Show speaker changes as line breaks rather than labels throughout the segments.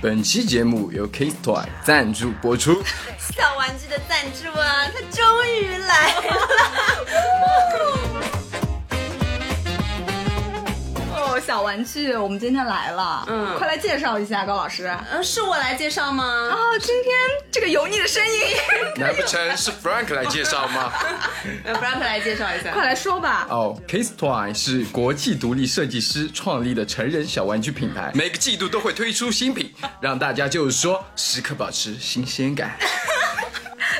本期节目由 Kiss Toy 赞助播出。
小玩具的赞助啊，它终于来了！
哦，小玩具，我们今天来了，
嗯
快来介绍一下高老师。啊、
嗯，是我来介绍吗？
今天这个油腻的声音，
难不成是 Frank 来介绍吗？
让 Frank 来介绍一下。
快来说吧。
哦、k i s s Toy 是国际独立设计师创立的成人小玩具品牌，每个季度都会推出新品，让大家就是说时刻保持新鲜感。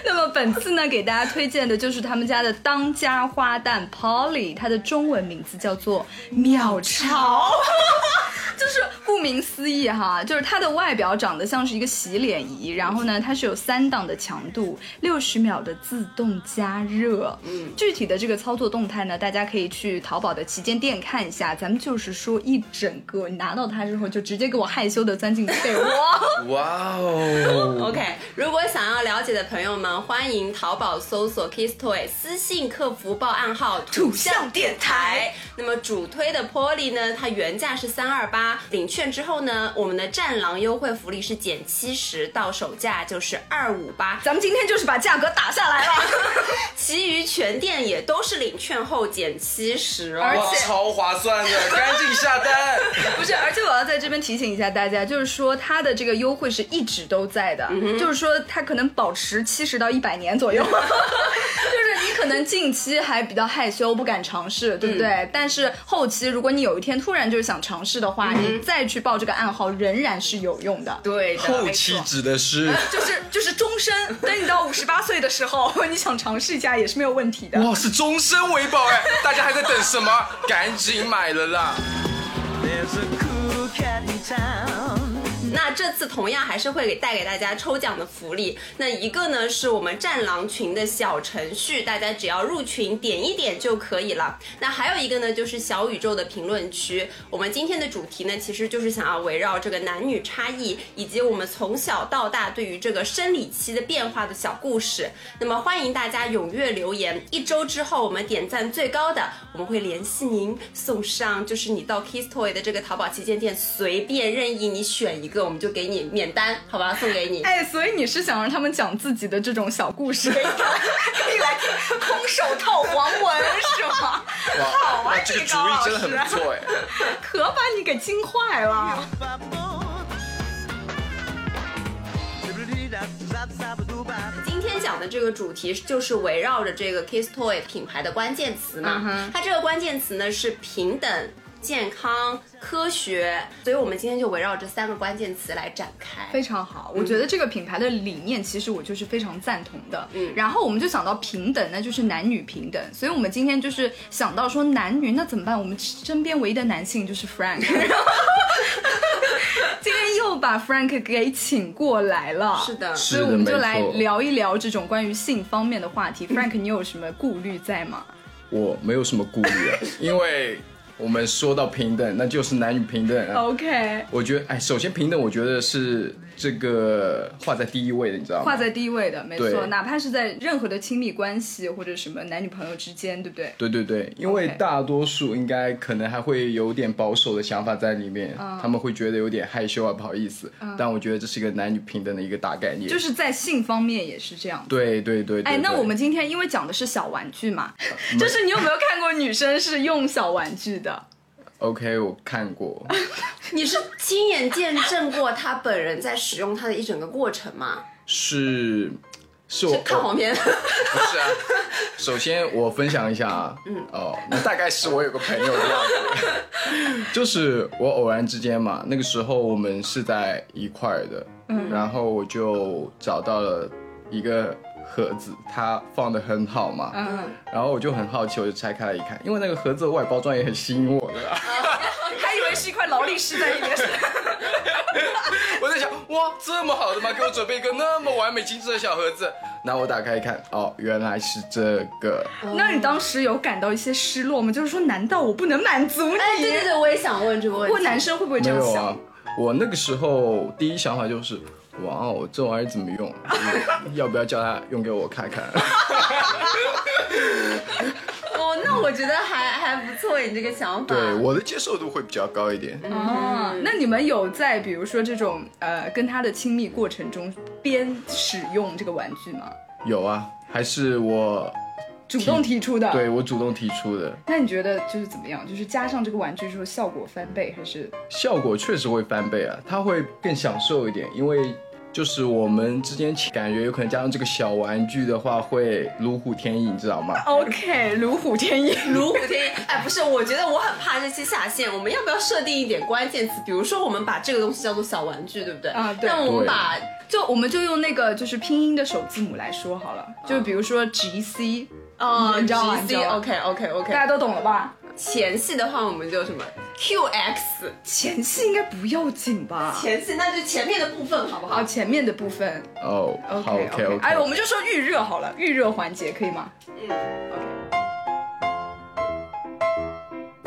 那么本次呢，给大家推荐的就是他们家的当家花旦 Polly，它的中文名字叫做鸟巢， 就是顾名思义哈，就是它的外表长得像是一个洗脸仪，然后呢，它是有三档的强度，六十秒的自动加热。嗯，具体的这个操作动态呢，大家可以去淘宝的旗舰店看一下。咱们就是说一整个，你拿到它之后就直接给我害羞的钻进被窝。
哇 哦！
OK，如果想要了解的朋友们，欢迎淘宝搜索 Kiss Toy，私信客服报暗号“ 土象电台”。那么主推的 Polly 呢，它原价是三二八，领券之后呢，我们的战狼优惠福利是减七十，到手价就是二五八，
咱们今天就是把价格打下来了。
其余全店也都是领券后减七十哦。
而且
哇，超划算的，赶紧下单！
不是，而且我要在这边提醒一下大家，就是说它的这个优惠是一直都在的，就是说它可能保持七十到一百年 左右，就是你可能近期还比较害羞，不敢尝试，对不对？但是后期如果你有一天突然就是想尝试的话，你再去报这个暗号仍然是有用的。
对的，
后
没
期
错
指的是
就是就是终身，等你到五十八岁的时候， 你想尝试一下也是没有问题的。
哇，是终身维保哎，大家还在等什么？赶紧买了啦！
There's a cool cat in town.
那这次同样还是会给带给大家抽奖的福利。那一个呢是我们战狼群的小程序，大家只要入群点一点就可以了。那还有一个呢就是小宇宙的评论区。我们今天的主题呢其实就是想要围绕这个男女差异，以及我们从小到大对于这个生理期的变化的小故事。那么欢迎大家踊跃留言，一周之后我们点赞最高的，我们会联系您送上，就是你到 Kiss Toy 的这个淘宝旗舰店随便任意你选一个，我们就给你免单，好吧，送给你。
哎，所以你是想让他们讲自己的这种小故事，可以来听空手套黄文是吗？
哇，
啊
哇这个
这个
主
高老
意真的很不
师
错哎。
可把你给惊坏了。
If I move,
今天讲的这个主题就是围绕着这个 Kiss Toy 品牌的关键词嘛
嗯哼
它这个关键词呢是平等、健康、科学，所以我们今天就围绕这三个关键词来展开。
非常好，
嗯
我觉得这个品牌的理念其实我就是非常赞同的。
嗯
然后我们就想到平等，那就是男女平等。所以我们今天就是想到说男女那怎么办？我们身边唯一的男性就 是 Frank，然后今天又把 Frank 给请过来了。
是的
所以我们就来聊一聊这种关于性方面的话题。Frank，你
嗯
有什么顾虑在 吗？
我没有什么顾虑 啊，因为我们说到平等，那就是男女平等
哦
啊。
OK，
我觉得，哎，首先平等，我觉得是这个画在第一位的，你知道吗？
画在第一位的，没错，
对
哪怕是在任何的亲密关系或者什么男女朋友之间，对不对？
对对对，因为
OK
大多数应该可能还会有点保守的想法在里面，
嗯
他们会觉得有点害羞啊，不好意思。但我觉得这是一个男女平等的一个大概念。
就是在性方面也是这样。
对对对对
哎，那
对呃
我们今天因为讲的是小玩具嘛， 就是你有没有看过女生是用小玩具的？
OK，我看过，
你是亲眼见证过他本人在使用它的一整个过程吗？
是
是
是我
看黄片，
不是啊，首先我分享一下啊，嗯，哦，那大概是我有个朋友的样子， 就是我偶然之间嘛，那个时候我们是在一块儿的，嗯，然后我就找到了一个盒子，它放的很好嘛，
嗯，
然后我就很好奇，我就拆开来一看，因为那个盒子的外包装也很吸引我的 啦，
还以为是一块劳力士在里 面。
我在想，哇，这么好的吗？给我准备一个那么完美精致的小盒子，然后我打开一看，哦，原来是这个，
那你当时有感到一些失落吗？就是说，难道我不能满足 你？
哎，对对对，我也想问这个问
不过
题。
男生会不会这
没
样
有
想？
啊，我那个时候第一想法就是，哇哦，这玩意儿怎么用？ 要不要叫他用给我看看？
哦，那我觉得还还不错，你这个想法。
对，我的接受度会比较高一点。
哦，那你们有在比如说这种呃跟他的亲密过程中边使用这个玩具吗？
有啊，还是我
主动提出的。
对。我主动提出的，
那你觉得就是怎么样？就是加上这个玩具之后效果翻倍，还是
效果确实会翻倍啊，他会更享受一点，因为。就是我们之间感觉有可能加上这个小玩具的话，会如虎添翼，你知道吗？
OK 如虎添翼？
如虎添翼。哎，不是，我觉得我很怕这期下线。我们要不要设定一点关键词？比如说，我们把这个东西叫做小玩具，对不对？
啊对
那我们
对
把
就我们就用那个就是拼音的首字母来说好了，
啊
就比如说 G C，、
呃
你知道吗你知
GC
道吗
OK OK
大
OK。
家都懂了吧？
前戏的话，我们就什么 QX
前戏应该不要紧吧？
前戏，那就前面的部分好不
啊，
好？
前面的部分
哦、好
OK
OK OK，
哎，我们就说预热好了，预热环节可以吗？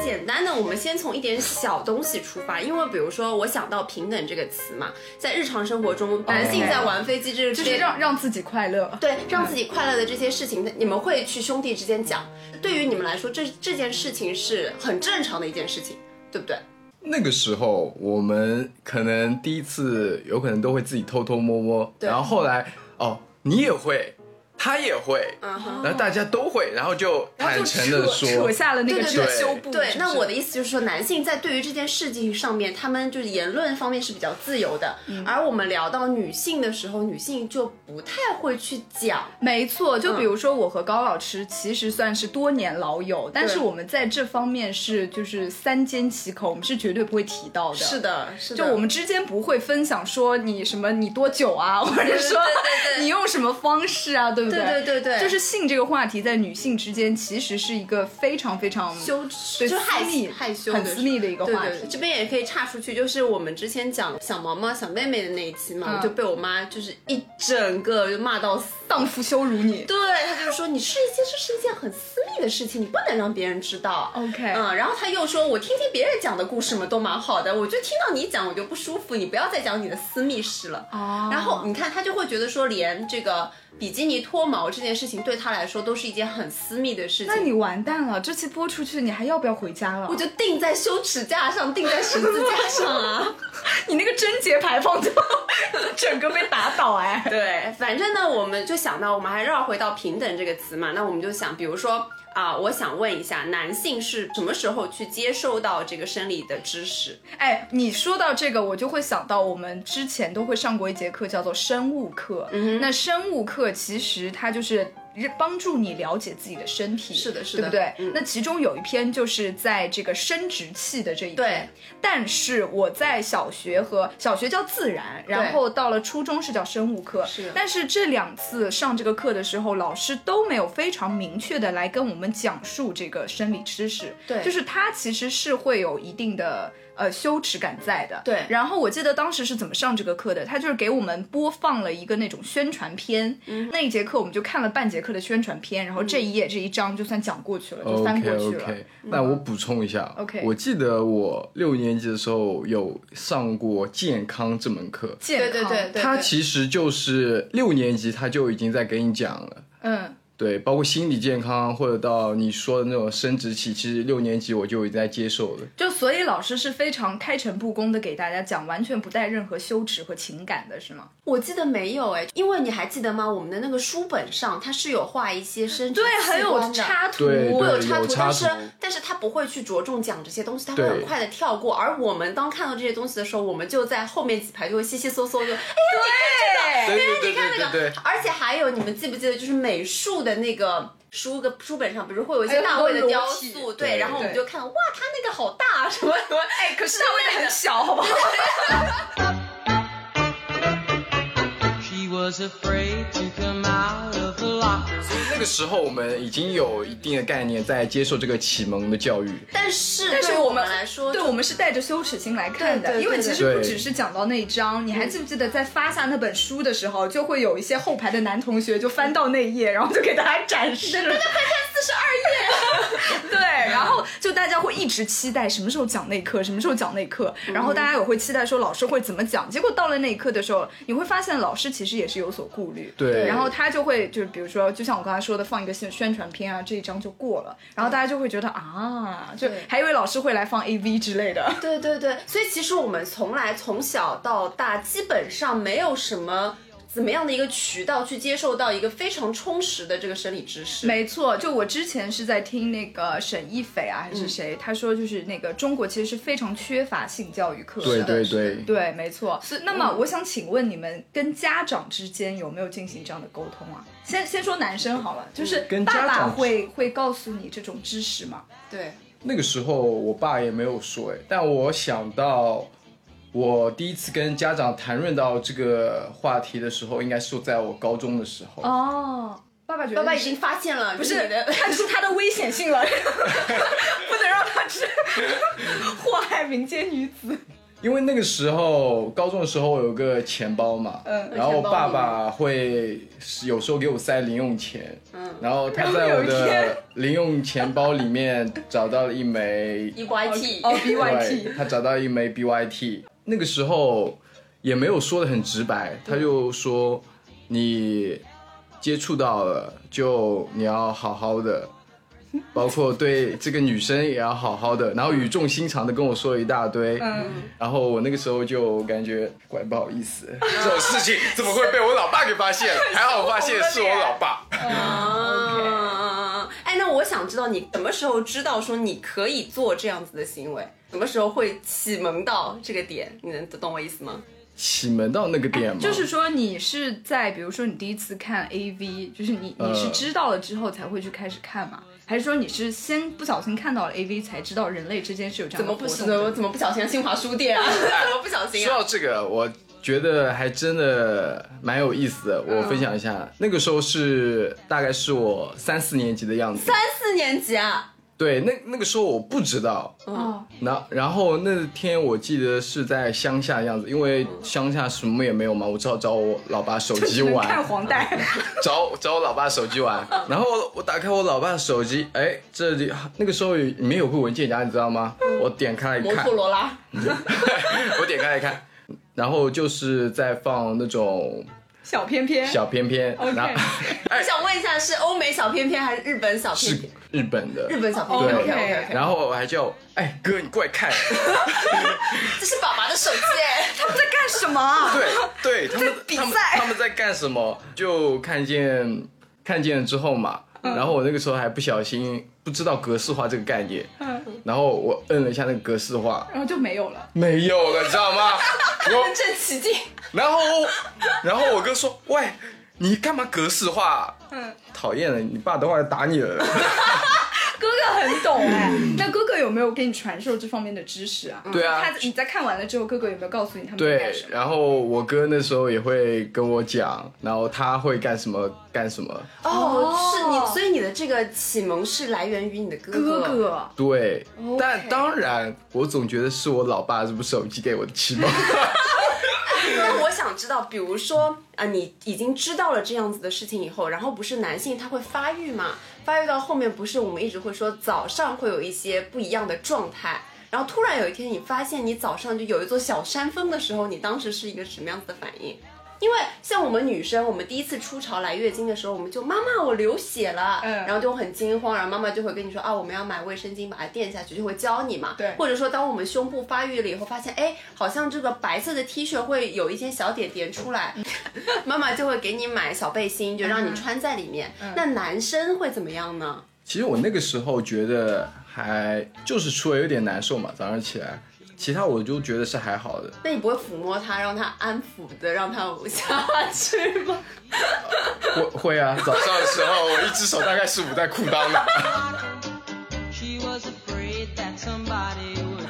简单的，我们先从一点小东西出发，因为比如说我想到平等这个词嘛，在日常生活中，男性在玩飞机这个
就是让让自己快乐。
对，让自己快乐的这些事情，你们会去兄弟之间讲。对于你们来说，这这件事情是很正常的一件事情，对不对？
那个时候，我们可能第一次有可能都会自己偷偷摸摸，
对
然后后来哦，你也会，他也会，
嗯哼。
然后大家都会，然后就
然后
坦
就
诚
扯
的
扯
说，
下了那个
对
遮
对
羞布。
对
是，不
那
是
我的意思就是说，男性在对于这件事情上面，他们就是言论方面是比较自由的，而我们聊到女性的时候，女性就不太会去讲。
没错，就
嗯
比如说我和高老师其实算是多年老友，但是我们在这方面是就是三缄其口，我们是绝对不会提到的。
的，是
就我们之间不会分享说你什么你多久 啊，或者
对
说
对对
你用什么方式啊，对不
对对
对
对对，
就是性这个话题在女性之间其实是一个非常非常
羞耻，
对
就是害
私密
害羞的
很私密的一个
对
话
对，
题。
这边也可以岔出去，就是我们之前讲小毛毛、小妹妹的那一期嘛，
嗯
我就被我妈就是一整个就骂到死。
荡妇羞辱你，
对，她就说你是一件这是一件很私密的事情，你不能让别人知道。
OK
嗯，然后她又说，我听听别人讲的故事嘛，都蛮好的，我就听到你讲我就不舒服，你不要再讲你的私密事了。
哦
然后你看，她就会觉得说，连这个比基尼脱毛这件事情对她来说都是一件很私密的事情。
那你完蛋了，这期播出去你还要不要回家了？
我就定在羞耻架上，定在十字架上 啊。
你那个贞节牌坊就整个被打倒哎。
对，反正呢，我们就想到，我们还绕回到平等这个词嘛，那我们就想，比如说啊、我想问一下，男性是什么时候去接受到这个生理的知识？
哎，你说到这个，我就会想到我们之前都会上过一节课，叫做生物课。嗯、那生物课其实它就是。帮助你了解自己的身体，
是的是的
对不对？
嗯
那其中有一篇就是在这个生殖器的这一
对
篇，但是我在小学和小学叫自然，然后到了初中是叫生物课，
是
但是这两次上这个课的时候，老师都没有非常明确的来跟我们讲述这个生理知识，
对
就是它其实是会有一定的呃羞耻感在的。
对
然后我记得当时是怎么上这个课的，他就是给我们播放了一个那种宣传片，
嗯
那一节课我们就看了半节课的宣传片，然后这一页这一章就算讲过去了，就翻
OK
过去了。
OK，那我补充一下
OK
我记得我六年级的时候有上过健康这门课，
健康，
对对对对
它其实就是六年级他就已经在给你讲了。
嗯，
对，包括心理健康，或者到你说的那种生殖期，其实六年级我就已经在接受了。
就所以老师是非常开诚布公的给大家讲，完全不带任何羞耻和情感的，是吗？
我记得没有哎，因为你还记得吗？我们的那个书本上它是有画一些生殖
对，很
器
有
官的。
插图，
对
我有
对
插
有
图，
插
但是
图
但是他不会去着重讲这些东西，他会
对
很快的跳过。而我们当看到这些东西的时候，我们就在后面几排就会稀稀嗦嗦就，
哎
对对对
你看那
对
个，
对对，
而且还有，你们记不记得，就是美术的那个书个书本上，比如会有一
哎
些大卫
很
的
多
雕
裸体
塑，
对
对，然后我们
对
就看，哇，他那个好大啊，什么什么，
哎，可是它喂的很小，好不好？
She was afraid to come out of the lock.
所以那个时候我们已经有一定的概念，在接受这个启蒙的教育。
但是
但是
对于
我
我
们
们来说，
对，我们是带着羞耻心来看
对
的，
对
因为其实
对
不只是讲到那一章，你还记不记得在发下那本书的时候，就会有一些后排的男同学就翻到那一页，然后就给大家展示。大家快看四十二页。 对，然后就大家会一直期待什么时候讲那一课，什么时候讲那一课，然后大家也会期待说老师会怎么讲。结果到了那一刻的时候，你会发现老师其实也是有所顾虑。
对
然后他就会就是比如说，就像我刚才说的，放一个宣宣传片啊，这一章就过了，然后大家就会觉得啊，就
对
还以为老师会来放 AV 之类的。
对对对，所以其实我们从来从小到大，基本上没有什么怎么样的一个渠道去接受到一个非常充实的这个生理知识。
没错，就我之前是在听那个沈亦斐啊，还是
嗯
谁，他说就是那个中国其实是非常缺乏性教育课
对
的。
对对，
对，没错。那么我想请问你们跟家长之间有没有进行这样的沟通啊？先先说男生好了，就是
跟
爸
家
爸
长
会会告诉你这种知识吗？
对，
那个时候我爸也没有说哎，但我想到我第一次跟家长谈论到这个话题的时候，应该是在我高中的时候。
哦，爸爸觉得
爸爸
你
已
是
经发现了，
不
不
是
你的，
看出它的危险性 了，不能让他 吃，祸害民间女 子。
因为那个时候，高中的时候我有个钱包嘛，
嗯
然后我爸爸会有时候给我塞零用钱，嗯，然后他在我
然后 有一天
的零用钱包里面找到了一枚
一 YT
哦
对，
，BYT，
他找到一枚 BYT，那个时候也没有说的很直白，他就说你接触到了，就你要好好的，包括对这个女生也要好好的，然后语重心长的跟我说了一大堆，
嗯，
然后我那个时候就感觉怪不好意思，这种事情怎么会被我老爸给发现？还好我发现是我老爸。
啊。哎，那我想知道你什么时候知道说你可以做这样子的行为？什么时候会启蒙到这个点？你能懂我意思吗？
启蒙到那个点 吗？
就是说你是在比如说你第一次看 AV，就是你你是
呃
知道了之后才会去开始看吗？还是说你是先不小心看到了 AV 才知道人类之间是有这样
怎
的
么
活
不
动
行？
的？
我怎么不小心新华书 店啊？怎么不小心
说
啊？
到这个，我觉得还真的蛮有意思
嗯
的，我分享一下。那个时候是大概是我三四年级的样子，
三四年级啊，
对，那那个时候我不知道。
哦，
然然后那天我记得是在乡下的样子，因为乡下什么也没有嘛，我只好找我老爸手
就
机
只能看
玩，
黄带，
找找我老爸手机 玩。然后我我打开我老爸手机，哎，这里那个时候有里面有个文件夹，你知道吗？
嗯
我点开来
摩
看
托，罗拉。
我点开来看，然后就是在放那种
小偏偏，
小偏偏，
OK
然后哎
我想问一下，是欧美小片片还是日本小片
是
片？
日本的
日，本小片
哦
片
对
OK，OK，OK
然后我还叫哎哥你过来 看，
这是爸爸的手机哎，
他们在干什么啊？
对对，他们
比
他们
赛
他们在干什么？就看见看见之后嘛，
嗯
然后我那个时候还不小心不知道格式化这个概念，
嗯
然后我摁了一下那个格式化，
然后就没有了。
没有了，你知道吗？ 我
真正奇迹。
然后，然后我哥说：“喂，你干嘛格式化？”
嗯，
讨厌了，你爸等会儿打你了。
哥哥很懂哎，那哥哥有没有给你传授这方面的知识啊？
嗯
对啊
他你在看完了之后，哥哥有没有告诉你他们在
对
干什，么？
然后我哥那时候也会跟我讲，然后他会干什么干什么。
哦，是你
哦，
所以你的这个启蒙是来源于你的哥
哥哥，
对
哦
OK
但当然，我总觉得是我老爸这部手机给我的启蒙。
那我想知道，比如说啊、呃你已经知道了这样子的事情以后，然后不是男性他会发育嘛？发育到后面不是我们一直会说早上会有一些不一样的状态，然后突然有一天你发现你早上就有一座小山峰的时候，你当时是一个什么样子的反应？因为像我们女生，我们第一次初潮来月经的时候，我们就妈妈我流血了，
嗯
然后就很惊慌，然后妈妈就会跟你说啊，我们要买卫生巾把它垫下去，就会教你嘛。
对
或者说当我们胸部发育了以后，发现哎，好像这个白色的 T 恤会有一些小点点出来，
嗯
妈妈就会给你买小背心，就让你穿在里面。
嗯
那男生会怎么样呢？
其实我那个时候觉得还就是除了有点难受嘛，早上起来，其他我就觉得是还好的。
那你不会抚摸它，让它安抚的让它下去吗？
会会啊，早上的时候我一只手大概是捂在裤裆的。
She was afraid that somebody would.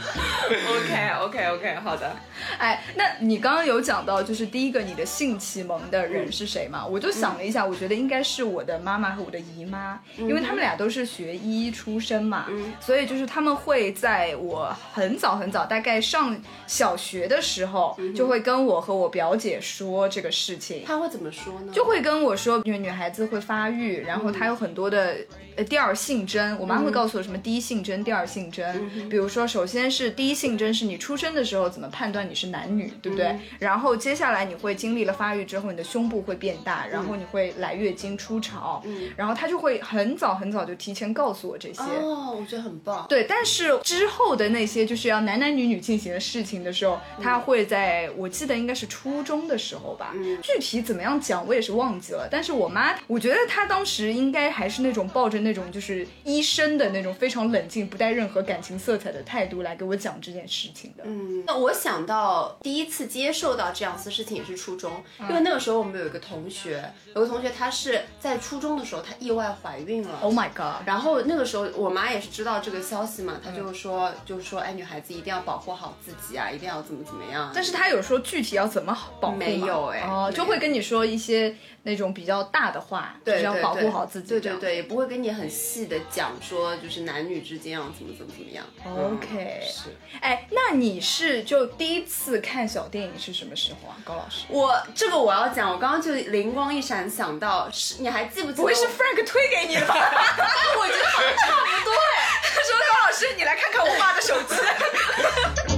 OK OK OK，好的。
哎，那你刚刚有讲到，就是第一个你的性启蒙的人是谁嘛？我就想了一下，我觉得应该是我的妈妈和我的姨妈，因为他们俩都是学医出身嘛，所以就是他们会在我很早很早，大概上小学的时候，就会跟我和我表姐说这个事情。
他会怎么说呢？
就会跟我说，因为女孩子会发育，然后她有很多的呃第二性征。我妈会告诉我什么第一性征、第二性征。比如说，首先是第一性征是你出生的时候怎么判断你是男女，对不对？然后接下来你会经历了发育之后，你的胸部会变大，然后你会来月经、初潮，然后她就会很早很早就提前告诉我这些。
哦，我觉得很棒。
对，但是之后的那些就是要男男女女进行的事情的时候，
嗯
他会在我记得应该是初中的时候吧，
嗯
具体怎么样讲我也是忘记了。但是我妈，我觉得她当时应该还是那种抱着那种就是医生的那种非常冷静、不带任何感情色彩的态度来给我讲这件事情的。
嗯，那我想到第一次接受到这样子事情也是初中，
嗯
因为那个时候我们有一个同学，有个同学她是在初中的时候她意外怀孕了。
Oh my god！
然后那个时候，我妈也是知道这个消息嘛，
嗯
她就说，就说，哎，女孩子一定要保护好自己啊，一定要怎么怎么样啊。
但是她有说具体要怎么保护吗
没有哎
哦，就
没有
会跟你说一些那种比较大的话，就是
对
要
对
保
对
护好自己。
对对。对，也不会跟你很细的讲说，就是男女之间要怎么怎么怎么样。
哦 OK
嗯是。
哎，那你是就第一次看小电影是什么时候啊，高老师？
我这个我要讲，我刚刚就灵光一闪想到，是你还记不记得我？
不会是 Frank 推给你的吧？ 我觉得好像差不多哎。 他说高老师，你来看看我爸的手机。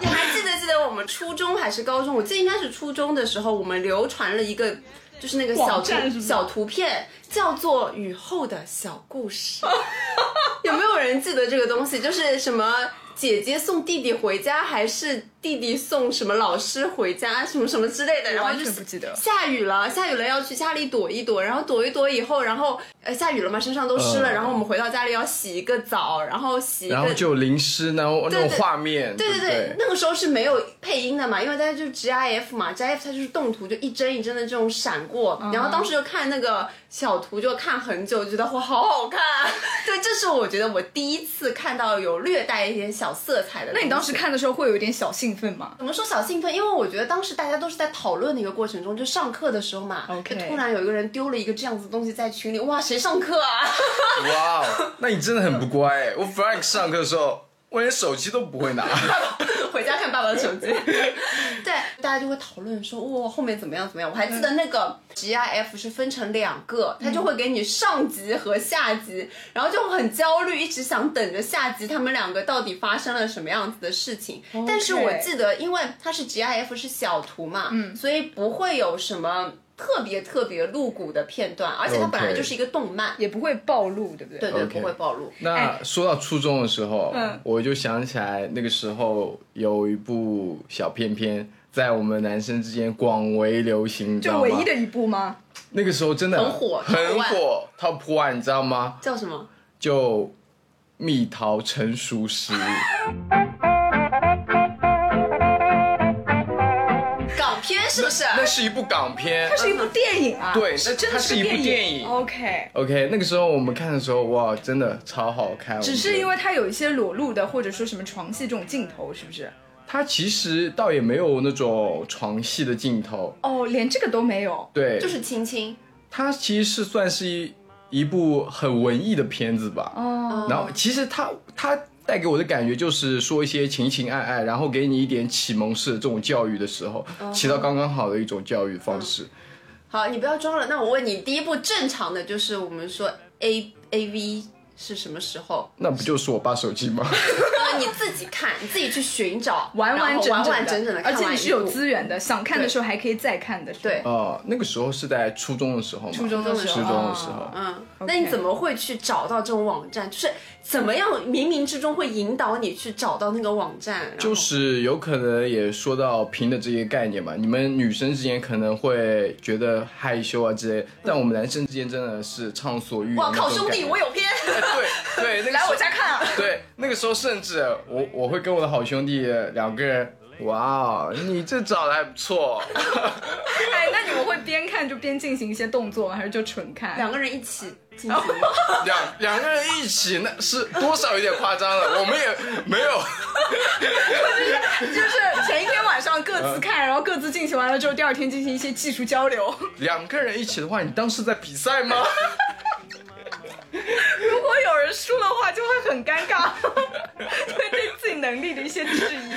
你还记得记得我们初中还是高中？我记得应该是初中的时候，我们流传了一个。就是那个小
网
图
站是吗
小图片，叫做《雨后的小故事》， 有没有人记得这个东西？就是什么姐姐送弟弟回家，还是弟弟送什么老师回家，什么什么之类的。然后
完
就
全
是
不记得
下雨了，下雨了要去家里躲一躲，然后躲一躲以后，然后呃下雨了嘛，身上都湿了，
嗯
然后我们回到家里要洗一个澡，然后洗一个
然后就有淋湿，然后那
对
种
对
画面，
对
不
对对，那个时候是没有配音的嘛，因为大家就是 GIF 嘛，GIF 它就是动图，就一帧一帧的这种闪过。
嗯
然后当时就看那个小图，就看很久，觉得哇，好好看。 对，这是我觉得我第一次看到有略带一点小色彩的。
那你当时？看的时候会有一点小兴奋吗？
怎么说小兴奋？因为我觉得当时大家都是在讨论的一个过程中，就上课的时候嘛
OK
就突然有一个人丢了一个这样子的东西在群里，哇，谁上课啊？
哇哦，那你真的很不乖欸。我 Frank 上课的时候，我连手机都不会拿。
回家看爸爸的手 机。对，大家就会讨论说，哇、后面怎么样怎么样。我还记得那个 GIF 是分成两个，
嗯
它就会给你上集和下集，然后就很焦虑，一直想等着下集他们两个到底发生了什么样子的事情。但是我记得，因为它是 GIF 是小图嘛，
嗯
所以不会有什么。特别特别露骨的片段，而且它本来
OK
就是一个动漫
也不会暴露，对不对？
对对
OK
不会暴露。
那说到初中的时候，
哎嗯
我就想起来那个时候有一部小片片在我们男生之间广为流行，你知
就
道
唯
吗
一？的一部吗？
那个时候真的
很火
很火，Top One，你知道吗？
叫什么？
就蜜桃成熟时，
港片是不是？
那是一部港片
它，是一部电影啊。
对
是
那
真的
它是一部
电
电影
OK。
OK，那个时候我们看的时候，哇，真的超好看。
只
我觉
是
得
因为它有一些裸露的，或者说什么床戏这种镜头，是不是？
它其实倒也没有那种床戏的镜头，
哦，连这个都没有。
对，
就是亲亲。
它其实是算是一一部很文艺的片子吧。
哦，
然后其实它它带给我的感觉就是说一些情情爱爱，然后给你一点启蒙式的这种教育的时候，
哦
起到刚刚好的一种教育方式。
好，你不要装了。那我问你，第一部正常的就是我们说 A A V 是什么时候？
那不就是我爸手机吗？
那你自己看，你自己去寻找，
完
然
完
后
整
完
整
完整整的，
而且你是有资
源。
源的，想看的时候还可以再看的。
对
哦、那个时候是在初中的时候嘛，
初中的时候，
初中的时候
啊
嗯，
OK
那你怎么会去找到这种网站？就是怎么样冥冥之中会引导你去找到那个网站？然后
就是有可能也说到平的这个概念嘛，你们女生之间可能会觉得害羞啊之类，但我们男生之间真的是畅所欲言。
哇靠，兄弟，我
有。
有片，
对对，那个
来
时候
我家看啊！
对，那个时候甚至我我会跟我的好兄弟两个人，哇哦，你这长得还不错，
哎，那你们会边看就边进行一些动作吗，还是就纯看？
两个人一起进行。
两两个人一起，那是多少有点夸张了，我们也没有。
就是前一天晚上各自看，然后各自进行完了之后，第二天进行一些技术交流。
两个人一起的话，你当时在比赛吗？
如果有人输的话，就会很尴尬， 对对自己能力的一些质疑。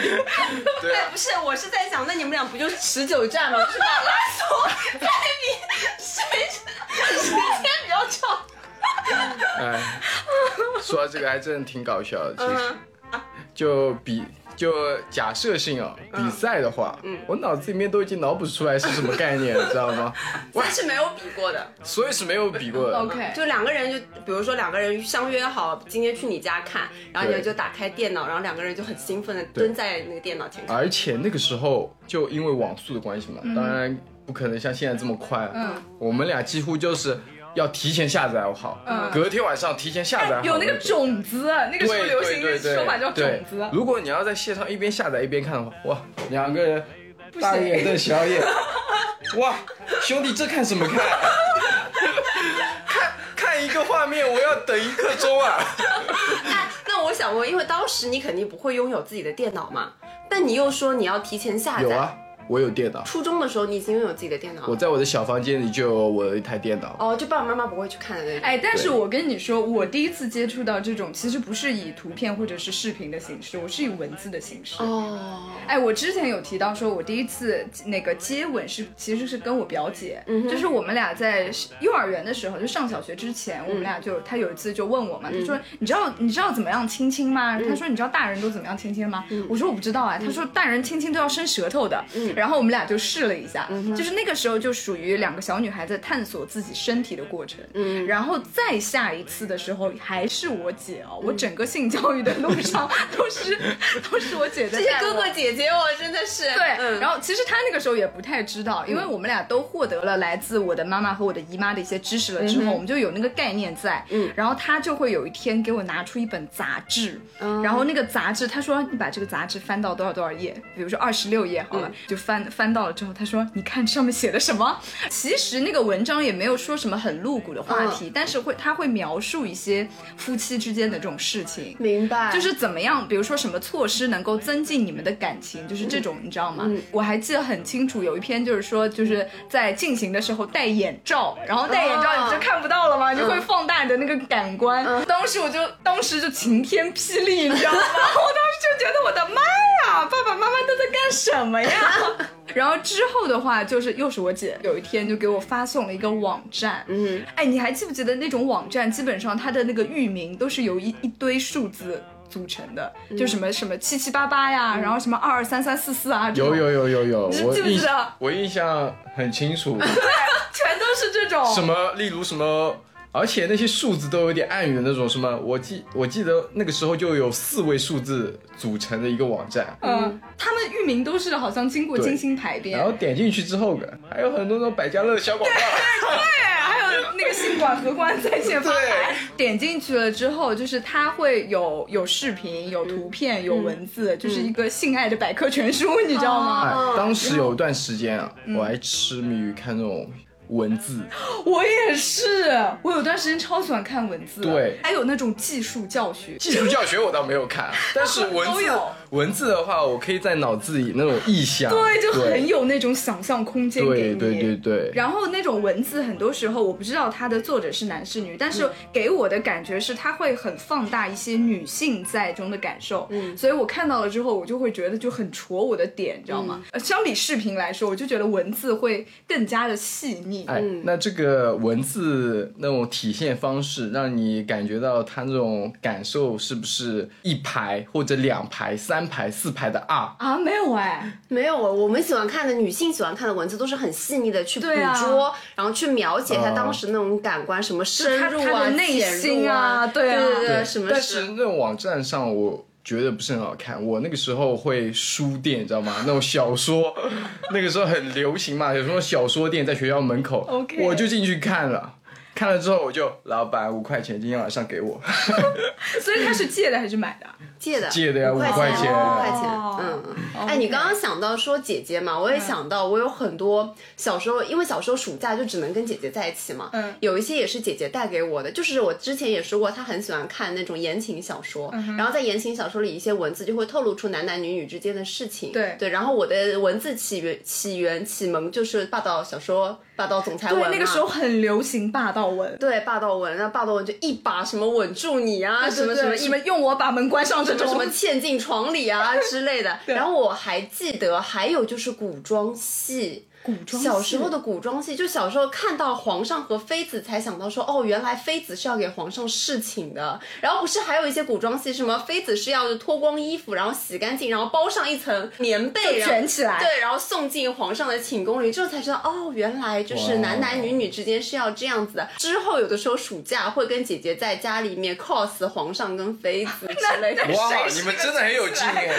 对啊
哎，不是，我是在想，那你们俩不就是持久战吗？ 是马拉松，在比谁时间比较长。
哎， 说到这个还真的挺搞笑的，其实
嗯，
就比。就假设性啊、
嗯
比赛的话，我脑子里面都已经脑补出来是什么概念了，知道吗？哇
但，是没有比过的，
所以是没有比过的。
OK，
就两个人就，比如说两个人相约好今天去你家看，然后你们
对
就打开电脑，然后两个人就很兴奋的
对啊
蹲在那个电脑前看。
而且那个时候就因为网速的关系嘛，当然不可能像现在这么快。啊
嗯，
我们俩几乎就是要提前下载好，
嗯哎
隔天晚上提前下载好。
有那个。种子，啊那个时候
对
流行
对
一个
对对，
说法叫种
对
子。
如果你要在线上一边下载一边看的话，哇，两个人
不
大眼
行，
瞪小 眼，哇，兄弟这看什么看？ 看看一个画面，我要等一刻钟啊！
哎，那我想问，因为当时你肯定不会拥有自己的电脑嘛，但你又说你要提前下载。
有啊，我有电脑，
初中的时候你已经拥有自己的电脑
我
了。
在我的小房间里就有我的一台电脑。
哦，就爸爸妈妈不会去看的那种。
哎，但是我跟你说，我第一次接触到这种，其实不是以图片或者是视频的形式，我是以文字的形式。
哦，
哎，我之前有提到说，我第一次那个接吻是其实是跟我表姐，
嗯
就是我们俩在幼儿园的时候，就上小学之前，
嗯
我们俩就她有一次就问我嘛，她说你知道你知道怎么样亲亲吗？
嗯
她说你知道大人都怎么样亲亲吗？我说我不知道啊，她说大人亲亲都要伸舌头的，
嗯
然后我们俩就试了一下，就是那个时候就属于两个小女孩在探索自己身体的过程，
嗯
然后再下一次的时候还是我姐哦，
嗯
我整个性教育的路上 都是都是我姐在
这些
带
哥
我
哥姐姐，我真的是
对，嗯
嗯
然后其实他那个时候也不太知道，因为我们俩都获得了来自我的妈妈和我的姨妈的一些知识了之后，我们就有那个概念在。嗯，然后他就会有一天给我拿出一本杂志，然后那个杂志他说你把这个杂志翻到多少多少页，比如说二十六页好了，就翻翻到了之后，他说你看上面写的什么？其实那个文章也没有说什么很露骨的话题，但是会他会描述一些夫妻之间的这种事情。
明白，
就是怎么样，比如说什么措施能够增进你们的感情，就是这种，你知道吗？我还记得很清楚，有一篇就是说，就是在进行的时候戴眼罩，然后戴眼罩你就看不到了嘛，你就会放大你的那个感官。当时我就，当时就晴天霹雳，你知道吗？我当时就觉得我的妈呀，爸爸妈妈都在干什么呀？然后之后的话，就是又是我姐有一天就给我发送了一个网站，嗯，哎，你还记不记得那种网站，基本上它的那个域名都是由一一堆数字。组成的，
嗯
就什么什么七七八八呀，然后什么二二三三四四 啊，这
有
种
有有有有，
你
我
记不
印
记得
我印象很清楚，
全都是这种。嗯
什么例如什么，而且那些数字都有点暗语的那种什么，我记我记得那个时候就有四位数字组成的一个网站，
嗯，他们域名都是好像经过
对
精心排编，
然后点进去之后的还有很多那种百家乐的小广告，
对，哎还有那个信管荷官 在线发牌。点进去了之后，就是它会有有视频、有图片、
嗯
有文字，就是一个性爱的百科全书，你知道吗？
哎，当时有一段时间啊，
嗯
我还痴迷于看那种文字，
我也是，我有段时间超喜欢看文字的，
对
还有那种技术教学。
技术教学我倒没有看，但是文
都
字
有
文字的话，我可以在脑子里那种意象，
对，就很有那种想象空间给
对对
你。
对对对，
然后那种文字，很多时候我不知道它的作者是男是女，但是给我的感觉是它会很放大一些女性在中的感受，
嗯
所以我看到了之后，我就会觉得就很戳我的点，你知道吗？呃相比视频来说，我就觉得文字会更加的细腻。
哎，
嗯
那这个文字那种体现方式，让你感觉到它那种感受是不是一排或者两排、三排、四排的啊？
啊，没有 哎，
没有，啊我们喜欢看的女性喜欢看的文字都是很细腻的去捕
对啊
捉，然后去描写一下
嗯
当时那种感官，什么深入
就她她
啊、
的内
潜入
心啊
对
对啊
对
对，
什么
但是那种网站上我。觉得不是很好看，我那个时候会书店，你知道吗？那种小说，那个时候很流行嘛，有什么小说店在学校门口
OK
我就进去看了，看了之后我就老板五块钱今天晚上 给我，
所以他是借的还是买的？
借的
借的呀
五
五
块
块
钱，
钱
五块钱。
哦嗯
嗯，嗯。哎，你刚刚想到说姐姐嘛，我也想到，我有很多小时候，因为小时候暑假就只能跟姐姐在一起嘛，
嗯
有一些也是姐姐带给我的，就是我之前也说过，她很喜欢看那种言情小说，
嗯
然后在言情小说里一些文字就会透露出男男女女之间的事情，
对
对。然后我的文字起源起源启蒙就是霸道小说，霸道总裁文
对
嘛，，
那个时候很流行霸道文，
对霸道文，啊那霸道文就一把什么稳住你啊，什么什么
什
一
么用我把门关上这
就
种
什么嵌进床里啊之类 的。然后我还记得，还有就是古装戏。
古装
小时
戏
候的古装戏，就小时候看到皇上和妃子，才想到说，哦，原来妃子是要给皇上侍寝的。然后不是还有一些古装戏，什么妃子是要脱光衣服，然后洗干净，然后包上一层棉被，
就
然后
卷起来
对，然后送进皇上的寝宫里，之后才知道，哦，原来就是
哇
男男女女之间是要这样子的。之后有的时候暑假会跟姐姐在家里面 cos 皇上跟妃子之类的。
哇，你们真的很有劲哎！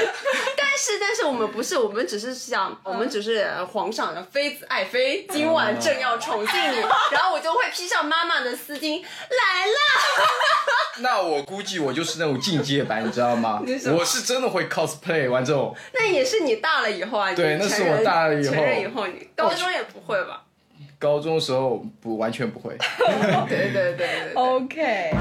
但是，但是我们不是，我们只是想，我
嗯
们只是呃皇上的妃子爱妃，今晚正要宠幸 你，然后我就会披上妈妈的丝巾来啦。
那我估计我就是那种进阶版，你知道 吗？我是真的会 cosplay 玩这种，
那也是你大了以后啊，
对
你
那是
成人
我大了以后
成人以后你高中也不会吧？
高中时候不完全不会。
哦
对对对对对。
OK。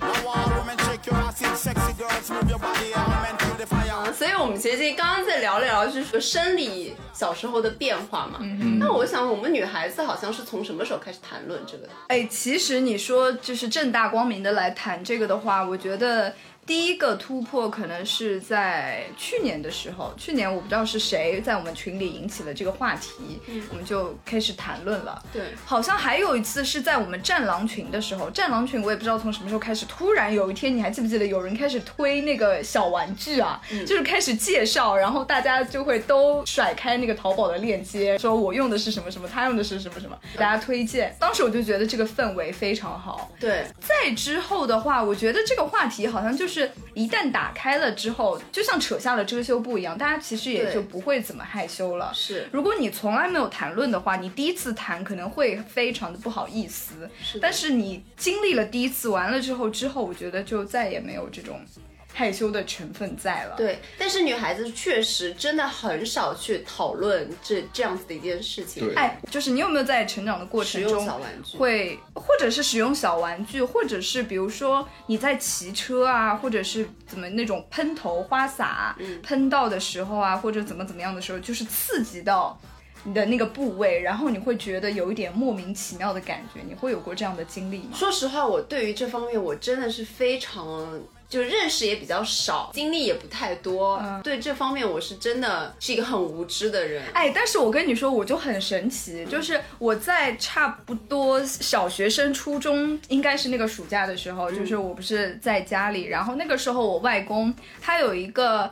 Now all women shake your ass, it's sexy girls move your body element to the fire.
所以，我们其实刚刚在聊了聊，就是生理小时候的变化嘛。那我想，我们女孩子好像是从什么时候开始谈论这个的？
哎，其实你说就是正大光明的来谈这个的话，我觉得第一个突破可能是在去年的时候，去年我不知道是谁在我们群里引起了这个话题，我们就开始谈论了。
嗯对
好像还有一次是在我们战狼群的时候，战狼群我也不知道从什么时候开始，突然有一天，你还记不记得有人开始推那个小玩具啊，就是开始介绍，然后大家就会都甩开那个淘宝的链接，说我用的是什么什么，他用的是什么什么，大家推荐。当时我就觉得这个氛围非常好。
对，
再之后的话，我觉得这个话题好像就是一旦打开了之后，就像扯下了遮羞布一样，大家其实也
对
就不会怎么害羞了。
是
如果你从来没有谈论的话，你第一次谈可能会非常的不好意思。
是的
但是你经历了第一次完了之后，之后我觉得就再也没有这种害羞的成分在了。，
对，但是女孩子确实真的很少去讨论这这样子的一件事情。
对
哎，就是你有没有在成长的过
使
程
用
中
小玩具
会，或者是使用小玩具，或者是比如说你在骑车啊，或者是怎么那种喷头花洒、
嗯
喷到的时候啊，或者怎么怎么样的时候，就是刺激到你的那个部位，然后你会觉得有一点莫名其妙的感觉，你会有过这样的经历吗？
说实话，我对于这方面我真的是非常。就认识也比较少，经历也不太多，对这方面我是真的是一个很无知的人。
哎，但是我跟你说，我就很神奇，就是我在差不多小学生、初中，应该是那个暑假的时候，就是我不是在家里，然后那个时候我外公他有一个。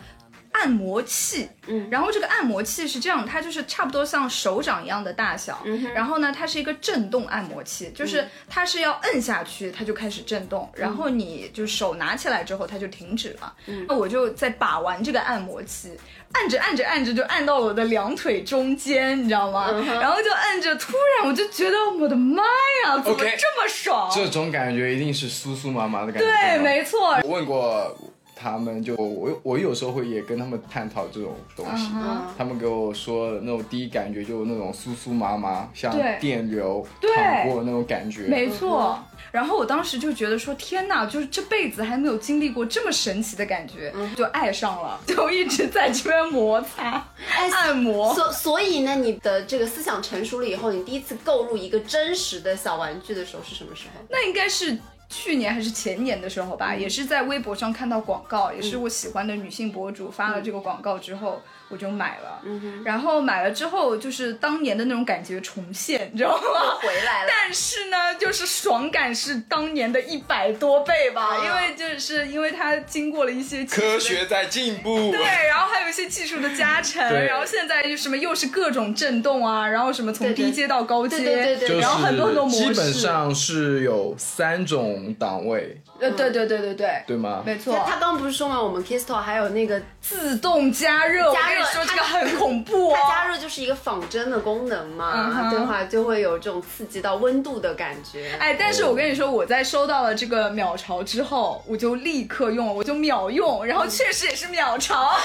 按摩器，嗯，然后这个按摩器是这样，它就是差不多像手掌一样的大小，然后呢，它是一个震动按摩器，就是它是要摁下去，它就开始震动，然后你就手拿起来之后，它就停止了。那我就在把玩这个按摩器，按着按着按着就按到了我的两腿中间，你知道吗？然后就按着，突然我就觉得我的妈呀，怎么
OK
这么爽
这种感觉一定是酥酥麻麻的感觉。
对，
吗
没错，
我问过他们就我我有时候会也跟他们探讨这种东西。
嗯
他们给我说的那种第一感觉就是那种酥酥麻麻，像
对
电流
对
淌过那种感觉。
没
嗯
错。然后我当时就觉得说，天哪，就是这辈子还没有经历过这么神奇的感觉，
嗯
就爱上了， 就一直在这边摩擦、
哎
按摩。
所所以呢，你的这个思想成熟了以后，你第一次购入一个真实的小玩具的时候是什么时候？
那应该是去年还是前年的时候
嗯
吧，也是在微博上看到广告，也是我喜欢的女性博主发
嗯
了这个广告之后，我就买了。然后买了之后，就是当年的那种感觉重现，你知道吗？
回来了，
但是呢，就是爽感是当年的一百多倍吧，
啊
因为就是因为它经过了一些技术的
科学在进步。
对，然后还有一些技术的加成，
对
然后现在就什么又是各种震动啊，然后什么从
对对
低阶到高阶，
对对对对
就是
然后很多很多模式，
基本上是有三种档位，
呃，对对对对对，
对吗？
没错
他，他刚刚不是说嘛，我们 Kisto 还有那个
自动加热，
加热
我跟你说
它
这个很恐怖哦
它。加热就是一个仿真的功能
嗯
嘛，
哼
对话就会有这种刺激到温度的感觉。
哎，但是我跟你说，我在收到了这个秒潮之后，我就立刻用，我就秒用，然后确实也是秒潮。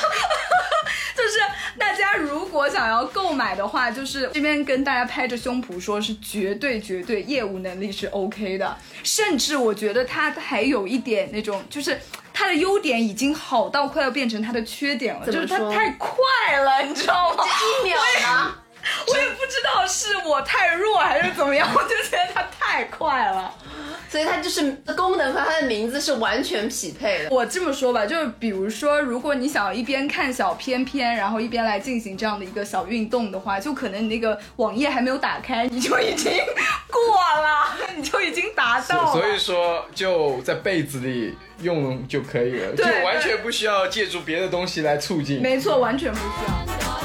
就是大家如果想要购买的话，就是这边跟大家拍着胸脯说，是绝对绝对业务能力是 OK 的，甚至我觉得它还有一点那种就是。它的优点已经好到快要变成它的缺点了，
怎
就
么
是它
说
太快了，你知道吗？
哎一秒呢？
我也不知道是我太弱还是怎么样，我就觉得它太快了。
所以它就是功能和它的名字是完全匹配的。
我这么说吧，就是比如说，如果你想要一边看小片片，然后一边来进行这样的一个小运动的话，就可能你那个网页还没有打开，你就已经 过了，你就已经达到了。
所以说就在被子里用就可以了，就
对
完全不需要借助别的东西来促进。
没错，完全不需要。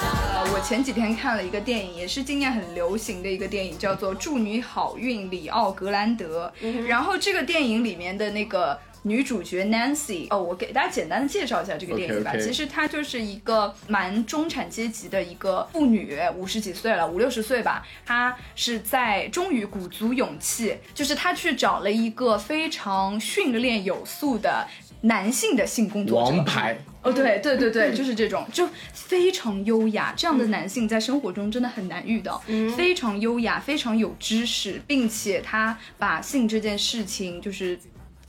呃，我前几天看了一个电影，也是今年很流行的一个电影，叫做《祝你好运》，里奥格兰德。然后这个电影里面的那个。女主角 Nancy，哦，我给大家简单的介绍一下这个电影吧。
OK，OK
其实她就是一个蛮中产阶级的一个妇女，五十几岁了，五六十岁吧。她是在终于鼓足勇气，就是她去找了一个非常训练有素的男性的性工作者，
王牌，
哦，对对对对，就是这种，就非常优雅。这样的男性在生活中真的很难遇到，非常优雅，非常有知识，并且他把性这件事情就是。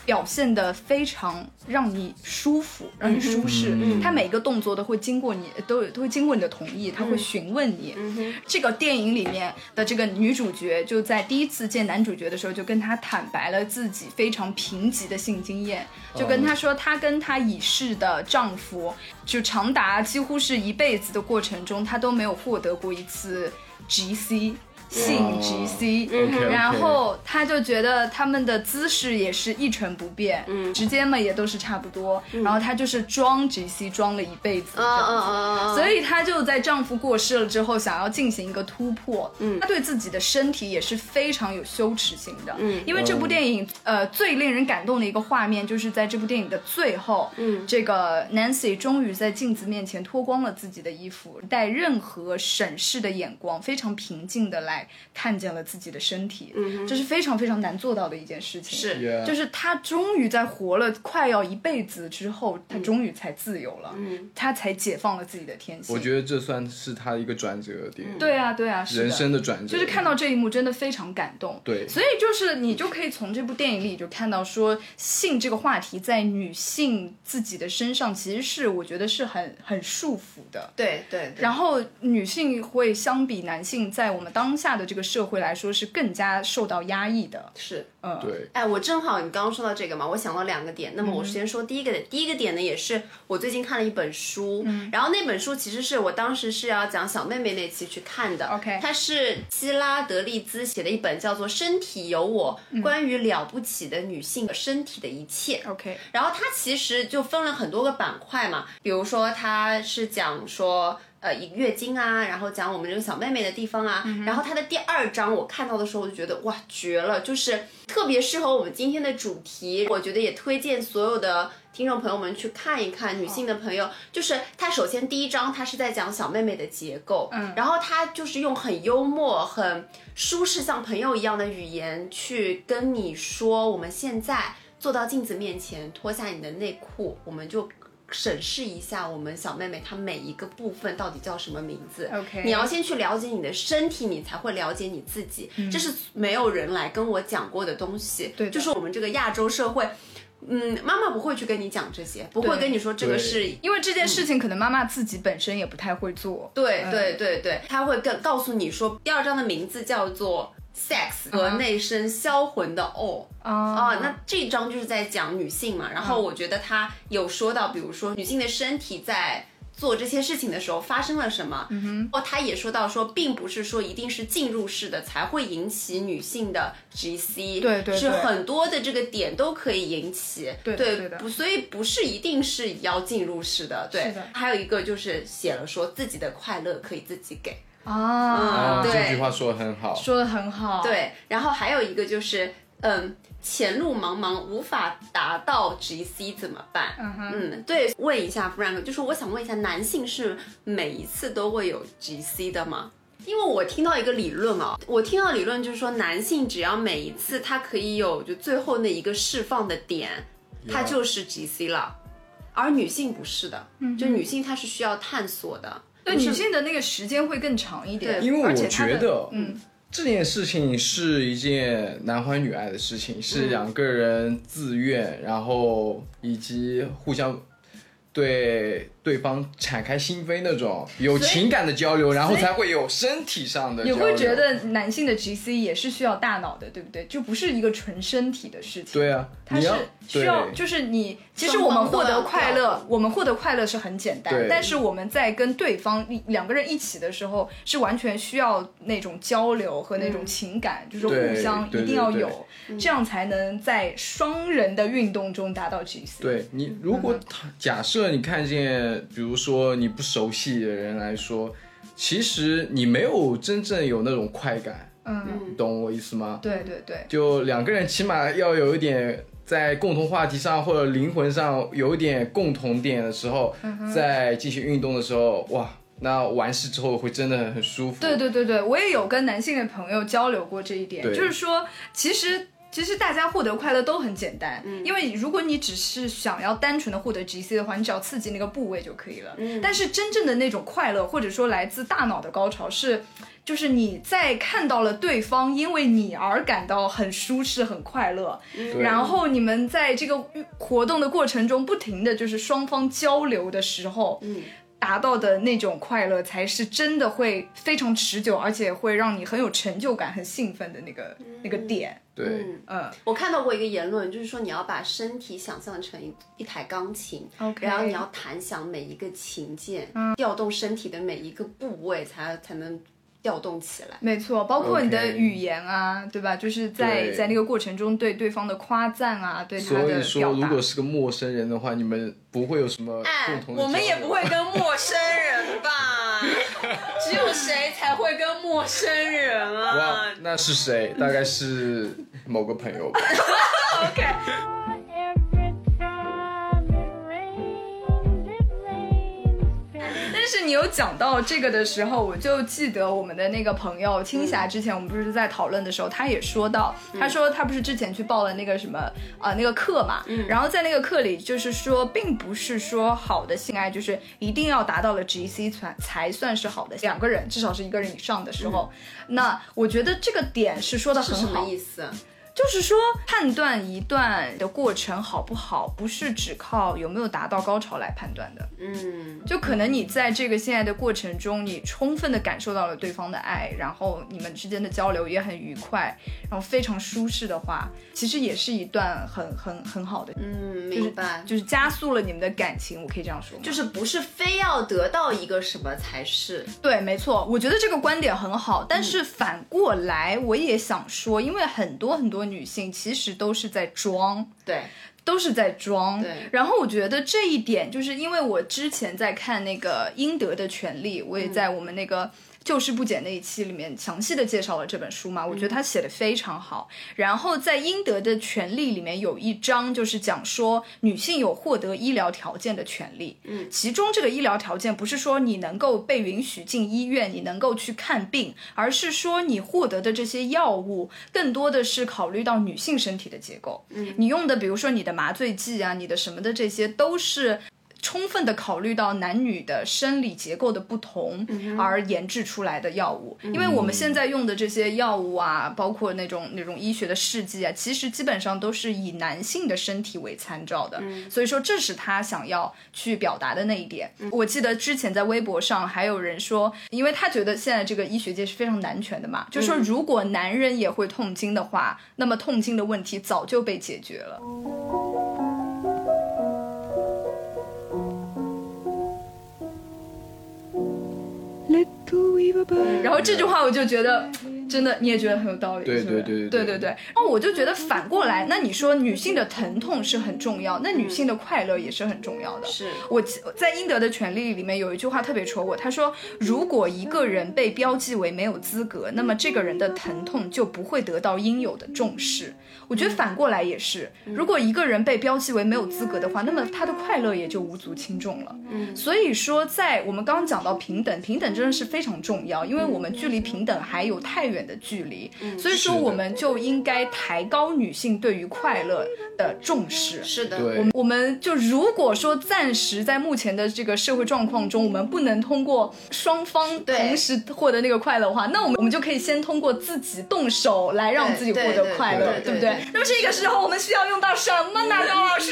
表现得非常让你舒服，让你舒适。他每个动作都会经过你，都都会经过你的同意，他会询问你。这个电影里面的这个女主角就在第一次见男主角的时候，就跟他坦白了自己非常贫瘠的性经验，就跟他说，她跟她已逝的丈夫，就长达几乎是一辈子的过程中，她都没有获得过一次 GC 性
哦
GC，、
OK，OK
嗯然后她就觉得他们的姿势也是一成不变，
嗯
时间嘛也都是差不多，然后她就是装 GC 装了一辈子，这
嗯
样子
嗯嗯嗯，
所以她就在丈夫过世了之后，想要进行一个突破。嗯，她对自己的身体也是非常有羞耻心的。嗯，因为这部电影，呃，最令人感动的一个画面，就是在这部电影的最后，嗯，这个 Nancy 终于在镜子面前脱光了自己的衣服，带任何审视的眼光，非常平静的来看见了自己的身体。嗯，这是非常非常难做到的一件事情。
是
Yeah
就是她终于在活了快要一辈子之后，她终于才自由了，嗯，她才解放了自己的天性。
我觉得这算是他一个转折点，
对啊，对啊，是的
人生的转折，
就是看到这一幕真的非常感动。
对
所以就是你就可以从这部电影里就看到说性这个话题在女性自己的身上其实是我觉得是很很束缚的。
对对，
然后女性会相比男性，在我们当下的这个社会来说是更加受到压抑的。
是。
嗯，
对，
哎，我正好你刚刚说到这个嘛，我想到两个点。那么我先说第一个点，第一个点呢，也是我最近看了一本书，
嗯
然后那本书其实是我当时是要讲小妹妹那期去看的。
OK
它是希拉德利兹写的一本叫做《身体有我》，关于了不起的女性身体的一切。
嗯 OK，
然后它其实就分了很多个板块嘛，比如说它是讲说。呃，月经啊，然后讲我们这个小妹妹的地方啊，然后它的第二章我看到的时候，我就觉得哇，绝了，就是特别适合我们今天的主题。我觉得也推荐所有的听众朋友们去看一看，女性的朋友，就是它首先第一章它是在讲小妹妹的结构，嗯，然后它就是用很幽默、很舒适像朋友一样的语言去跟你说我们现在坐到镜子面前，脱下你的内裤，我们就审视一下我们小妹妹她每一个部分到底叫什么名字。
OK
你要先去了解你的身体，你才会了解你自己。这是没有人来跟我讲过的东西。
嗯对的
就是我们这个亚洲社会。嗯，妈妈不会去跟你讲这些，不会
对
跟你说这个
对
是
因为这件事情可能妈妈自己本身也不太会做。
对
嗯
对对对，他会更告诉你说，第二章的名字叫做 “sex 和内生销魂的哦”
啊
啊，那这一章就是在讲女性嘛。然
嗯
后我觉得他有说到，比如说女性的身体在。做这些事情的时候发生了什么？嗯哼，哦，他也说到说，并不是说一定是进入式的才会引起女性的 GC，
对对对
是很多的这个点都可以引起，
对的
对
对的
不，所以不是一定是要进入式的，对。
是的
还有一个就是写了说自己的快乐可以自己给，
啊
嗯，对
哦这句话说的很好，
说的很好。，
对，然后还有一个就是，嗯，前路茫茫，无法达到 GC 怎么办？
嗯哼
嗯，对，问一下 Frank，就是我想问一下，男性是每一次都会有 GC 的吗？因为我听到一个理论啊、我听到理论就是说，男性只要每一次他可以有就最后那一个释放的点，他就是 GC 了，而女性不是的，就女性她是需要探索的，
嗯对
不是
女性的那个时间会更长一点，
对
因为
而
我
且她的
觉得，
嗯，
这件事情是一件男欢女爱的事情，是两个人自愿，然后以及互相对对方敞开心扉那种有情感的交流，然后才会有身体上的
你
交流。
会觉得男性的 GC 也是需要大脑的，对不对？就不是一个纯身体的事情。
对啊，
它
你
是
要
需要，
对
就是你，其实我们获得快
双方都
乐，我们获得快乐是很简单
对，
但是我们在跟对方一两个人一起的时候，是完全需要那种交流和
嗯
那种情感，就是
对
互相
对
一定要
对
有，这样才能在双人的运动中达到 GC。，
对你，
嗯
如果他假设你看见，比如说你不熟悉的人来说，其实你没有真正有那种快感，
嗯，
你懂我意思吗？
对对对，
就两个人起码要有一点在共同话题上或者灵魂上有一点共同点的时候，
嗯
在进行运动的时候，哇，那完事之后会真的很很舒服。
对对对对，我也有跟男性的朋友交流过这一点，
对
就是说，其实其实大家获得快乐都很简单，
嗯
因为如果你只是想要单纯的获得 GC 的话，你只要刺激那个部位就可以了。
嗯
但是真正的那种快乐，或者说来自大脑的高潮是。就是你在看到了对方因为你而感到很舒适、很快乐，
对
然后你们在这个活动的过程中，不停的就是双方交流的时候，嗯，达到的那种快乐，才是真的会非常持久，而且会让你很有成就感、很兴奋的那个、那个点。
对
嗯，
我看到过一个言论，就是说你要把身体想象成一一台钢琴
OK 嗯
然后你要弹响每一个琴键，调动身体的每一个部位才才能调动起来。
没错，包括你的
OK
语言啊对吧？就是在
对
在那个过程中对对方的夸赞啊，对他
所
的
以说，
表
如
达。
果是个陌生人的话，你们不会有什么共同的、
啊我们也不会。跟陌生人 吧？只有谁才会跟陌生人
哇
呃
啊？，
那是谁？大概是某个 朋友吧。
Every time it rains, it rains.
但是你有讲到这个的时候，我就记得我们的那个朋友青霞，
嗯
之前我们不是在讨论的时候，她也说到，她说她不是之前去报了那个什么呃那个课嘛，
嗯
然后在那个课里就是说，并不是说好的性爱就是一定要达到了 GC 才才算是好的，两个人至少是一个人以上的时候，那我觉得这个点是说的
嗯是
很
什
好
么，意思？
就是说，判断一段的过程好不好，不是只靠有没有达到高潮来判断的。
嗯，
就可能你在这个性爱的过程中，你充分的感受到了对方的爱，然后你们之间的交流也很愉快，然后非常舒适的话，其实也是一段很很很好的，
嗯，
就是
明白。
就是加速了你们的感情，我可以这样说吗？
就是不是非要得到一个什么才是，
对，没错，我觉得这个观点很好，但
嗯
是反过来我也想说，因为很多很多女性其实都是在装，
对，
都是在装。
对
然后我觉得这一点，就是因为我之前在看那个《应得的权利》，我也在我们那个。就是不减》那一期里面详细的介绍了这本书嘛，我觉得他写的非常好。然后在应得的权利里面有一章就是讲说女性有获得医疗条件的权利，嗯，其中这个医疗条件不是说你能够被允许进医院，你能够去看病，而是说你获得的这些药物更多的是考虑到女性身体的结构，嗯，你用的比如说你的麻醉剂啊，你的什么的这些都是。充分的考虑到男女的生理结构的不同而研制出来的药物，因为我们现在用的这些药物啊，包括那种那种医学的试剂啊，其实基本上都是以男性的身体为参照的，所以说这是他想要去表达的那一点。我记得之前在微博上还有人说，因为他觉得现在这个医学界是非常男权的嘛，就说如果男人也会痛经的话，那么痛经的问题早就被解决了。然后这句话我就觉得，真的你也觉得很有道理，
对
是不是
对对对
对对然后我就觉得反过来，那你说女性的疼痛是很重要，那女性的快乐也是很重要的。
是
我记在《应得的权利》里面有一句话特别戳我，他说：“如果一个人被标记为没有资格，那么这个人的疼痛就不会得到应有的重视。”我觉得反过来也是，如果一个人被标记为没有资格的话，那么他的快乐也就无足轻重了。嗯，所以说，在我们刚刚讲到平等，平等真的是非常重要，因为我们距离平等还有太远的距离，所以说
是的
我们就应该抬高女性对于快乐的重视。
是的，
对，
我们就如果说暂时在目前的这个社会状况中，我们不能通过双方
对
同时获得那个快乐的话，那我们我们就可以先通过自己动手来让
对
自己获
对
得
对
快
对
乐，
对
对不
对
对？那么这个时候我们需要用到什么呢，高老师？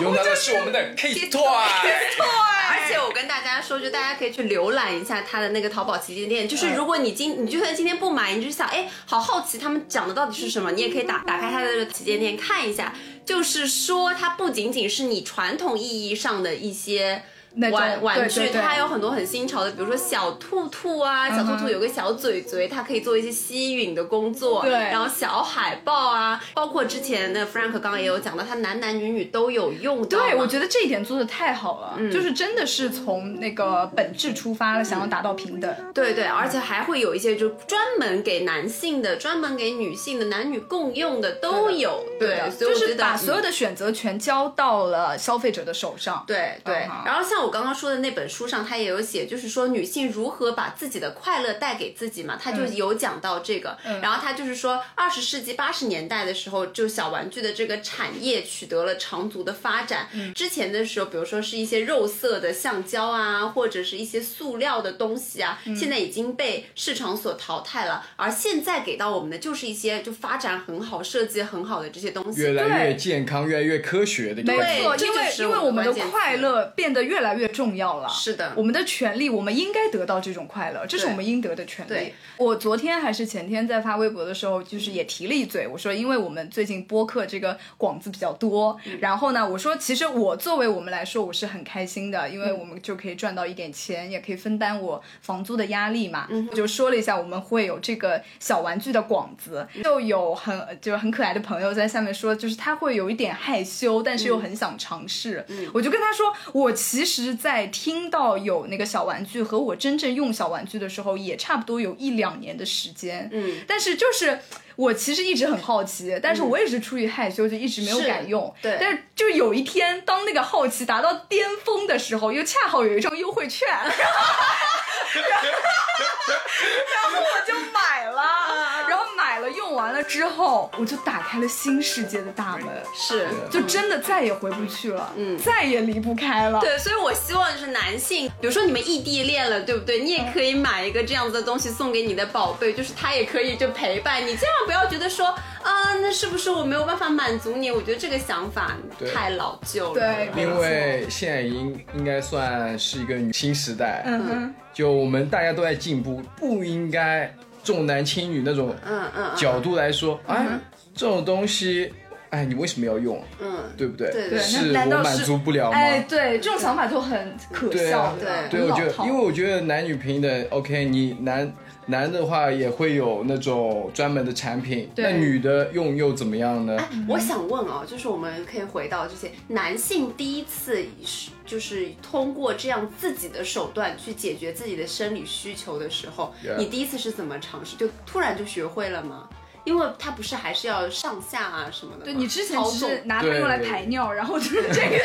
用到的是我们的 K Toy，
而且
哎
我跟大家说，就大家可以去浏览一下他的那个淘宝旗舰店。
哎
就是如果你今你就算今天不买，你就想哎，好好奇他们讲的到底是什么，你也可以打打开他的这个旗舰店看一下。就是说，它不仅仅是你传统意义上的一些。
那种
玩玩具
对对对
它有很多很新潮的，比如说小兔兔啊，小兔
嗯
兔有个小嘴嘴，它可以做一些吸吮的工作。
对
然后小海报啊，包括之前的 Frank 刚刚也有讲到，它男男女女都有用到嘛。嗯
对，我觉得这一点做的太好了，就是真的是从那个本质出发了，想要达到平等。
对对，而
嗯
且还会有一些就专门给男性的、专门给女性的、男女共用的都有。对，
的
所以
就
我觉
是
得
把所有
嗯
的选择权交到了消费者的手上。
对对
嗯，
然后像我刚刚说的那本书上，它也有写，就是说女性如何把自己的快乐带给自己嘛，它就有讲到这个。然后它就是说，二十世纪八十年代的时候，就小玩具的这个产业取得了长足的发展。之前的时候，比如说是一些肉色的橡胶啊，或者是一些塑料的东西啊，现在已经被市场所淘汰了。而现在给到我们的就是一些就发展很好、设计很好的这些东西。
越来越健康，越来越科学的一个
没
感觉
错，
这
因为
就是
因
我
为
的
我们的
关键词
快乐变得越来越重要了。
是的
我们的权利，我们应该得到这种快乐，这是
对
我们应得的权利
对。
我昨天还是前天在发微博的时候，就是也提了一嘴，我说因为我们最近播客这个广子比较多，
嗯
然后呢，我说其实我作为我们来说，我是很开心的，因为我们就可以赚到一点钱，也可以分担我房租的压力嘛。
嗯
我就说了一下，我们会有这个小玩具的广子，
嗯
就有很就是很可爱的朋友在下面说，就是他会有一点害羞，但是又很想尝试。
嗯
我就跟他说，我其实，在听到有那个小玩具和我真正用小玩具的时候，也差不多有一两年的时间。
嗯，
但是就是。我其实一直很好奇，但是我也是出于害羞，就一直没有
是
敢用。
对
但是就有一天，当那个好奇达到巅峰的时候，又恰好有一张优惠券， 然后然后我就买
啊
了，然后买了用完了之后，我就打开了新世界的大门。
是。
就真的再也回不去了，嗯，再也离不开了。
对，所以我希望就是男性，比如说你们异地恋了，对不对？你也可以买一个这样子的东西送给你的宝贝，就是他也可以就陪伴你，千万不要觉得说，啊，那是不是我没有办法满足你？我觉得这个想法
对
太老旧了。
对
因为现在应应该算是一个女新时代，
嗯哼，
就我们大家都在进步，不应该重男轻女那种
嗯嗯嗯
角度来说，哎，这种东西，哎，你为什么要用，
嗯，
对不对？
对对
是
那难
我
道
满
是
足不了吗？
哎，对，这种想法都很可
对
笑
啊
的，
对
对，我觉
很老套
得，因为我觉得男女平等，OK，你男男的话也会有那种专门的产品，
对
那女的用又怎么样呢？
哎
嗯
我想问啊、就是我们可以回到这些男性第一次是就是通过这样自己的手段去解决自己的生理需求的时候
Yeah
你第一次是怎么尝试？就突然就学会了吗？因为他不是还是要上下啊什么的吗
对你之前
操
只是
纵
拿它用来排尿，然后就是这个，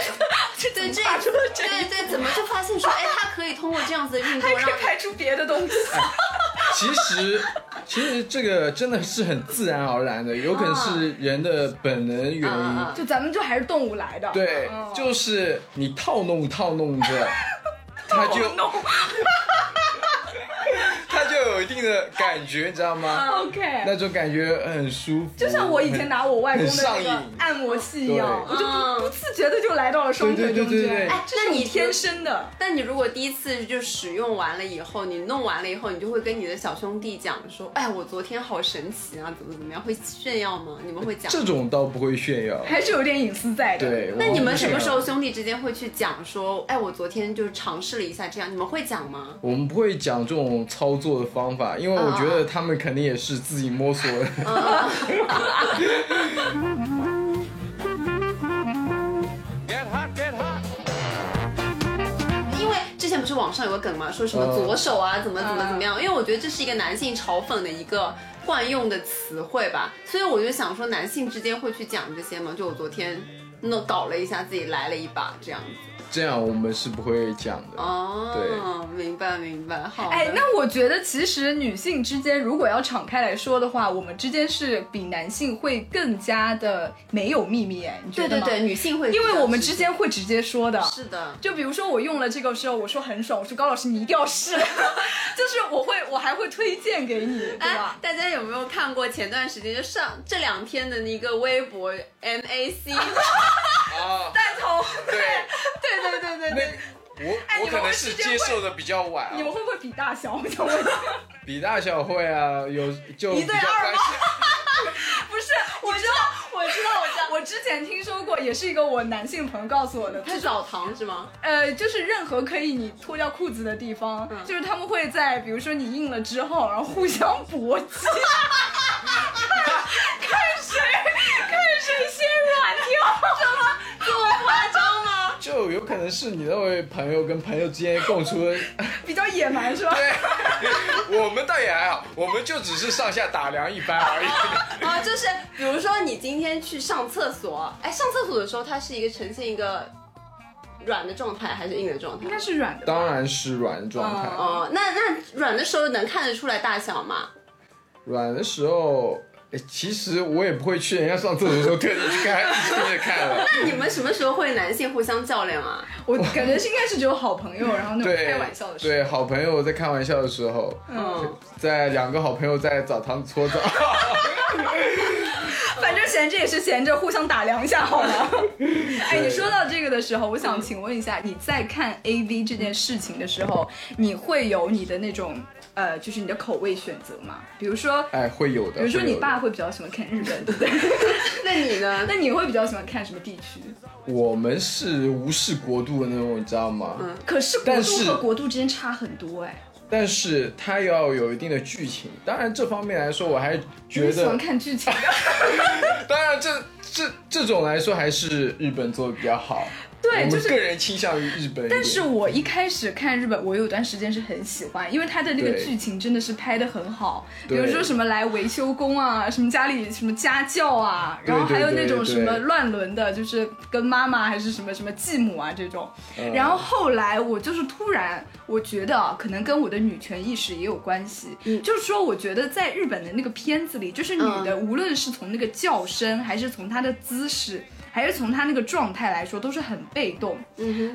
这
对
怎
这
么发出了这
对对，怎么就发现说，哎，他可以通过这样子的运动
还
让
可以排出别的东西。
其实， 其实这个真的是很自然而然的，有可能是
啊
人的本能原
啊
因
啊。
就咱们就还是动物来的，
对，就是你套弄套弄 着，它就
弄。
它就有一定的感觉，你知道吗？
OK，
那种感觉很舒服。
啊就像我以前拿我外公的那
很
个
上瘾
按摩器一样，我
对
就
嗯
不自觉的就来到了双腿中
对对对对
间。
对
哎
这是
那你
我天生的，
但你如果第一次就使用完了以后，你弄完了以后，你就会跟你的小兄弟讲说，哎，我昨天好神奇啊，怎么怎么样，会炫耀吗？你们会讲？
这种倒不会炫耀。
还是有点隐私在的。
对，
那
我
你们
不
什
炫
么时
耀
候兄弟之间会去讲说，哎，我昨天就尝试了一下这样，你们会讲 吗？
我们不会讲这种操作的方法，因为我觉
啊
得他们肯定也是自己摸索的。
嗯
啊
Get hot, get hot.
因为之前不是网上有个梗嘛，说什么左手啊，怎么怎么怎么样？因为我觉得这是一个男性嘲讽的一个惯用的词汇吧，所以我就想说，男性之间会去讲这些吗？就我昨天弄搞了一下，自己来了一把这样子。
这样我们是不会讲的。
哦，明白明白，好的。
哎，那我觉得其实女性之间如果要敞开来说的话，我们之间是比男性会更加的没有秘密，哎，你觉
对
得
对
吗？
对，女性会比较
因
直接，
为我们之间会直接说的。
是的，
就比如说我用了这个时候，我说很爽，我说高老师你一定要试， 就是我会我还会推荐给你，对
哎
吧，？
大家有没有看过前段时间就上这两天的一个微博 MAC？
啊，
带头，
对，
对对对对
那
对，
我
哎
我
你们
可能
会
是
直接
接受的比较晚啊。
你们会不会比大小？我想问，
比大小会啊，有就
一
比
对
较
二
关
吗
系。
不是，我知道，我知道，我知道，我之前听说过，也是一个我男性朋友告诉我的，他
是
说
澡堂是吗？
呃，就是任何可以你脱掉裤子的地方，就是他们会在比如说你硬了之后，然后互相搏击，看谁看谁先软 掉，什么这么夸张吗？
就有可能是你那位朋友跟朋友之间共处 的，
比较野蛮是吧？
对，我们倒也还好，我们就只是上下打量一番而已。
啊，就是比如说你今天去上厕所，哎，上厕所的时候它是一个呈现一个软的状态还是硬的状态
应？该是软的吧。
当然是软状
嗯
态，
哦，那那软的时候能看得出来大小吗？
软的时候，哎其实我也不会去人家上厕所的时候特地去看，特地看 了。
那你们什么时候会男性互相较量啊？
我感觉是应该是只有好朋友，然后那种
对，
开玩笑的事。
对，好朋友在开玩笑的时候，
嗯，
在两个好朋友在澡堂子 搓澡，
反正闲着也是闲着，互相打量一下好 了。哎，你说到这个的时候，我
嗯
想请问一下，你在看 A V 这件事情的时候，你会有你的那种呃，就是你的口味选择吗？比如说，
哎，会有的。
比如说
会有
你
的
爸会比较喜欢看日 本，对不对？
那你呢？
那你会比较喜欢看什么地区？
我们是无视国度的那种，你知道吗？
可是国
但
度
是
和国度之间差很多哎。
但是它要有一定的剧情。当然，这方面来说，我还觉
你喜欢
得，
看剧情？
当然这这这种来说，还是日本做的比较好。
对
我
就
们
是
个人倾向于日本一点。
但是我一开始看日本，我有段时间是很喜欢，因为它的那个
对
剧情真的是拍的很好，比
对
如说什么来维修工啊，什么家里什么家教啊，
对
然后还有那种
对对
什么乱伦的，就是跟妈妈还是什么什么继母啊这种。
嗯
然后后来我就是突然，我觉得啊可能跟我的女权意识也有关系，
嗯
就是说我觉得在日本的那个片子里，就是女
嗯
的无论是从那个叫声，还是从她的姿势，还是从她那个状态来说，都是很被动。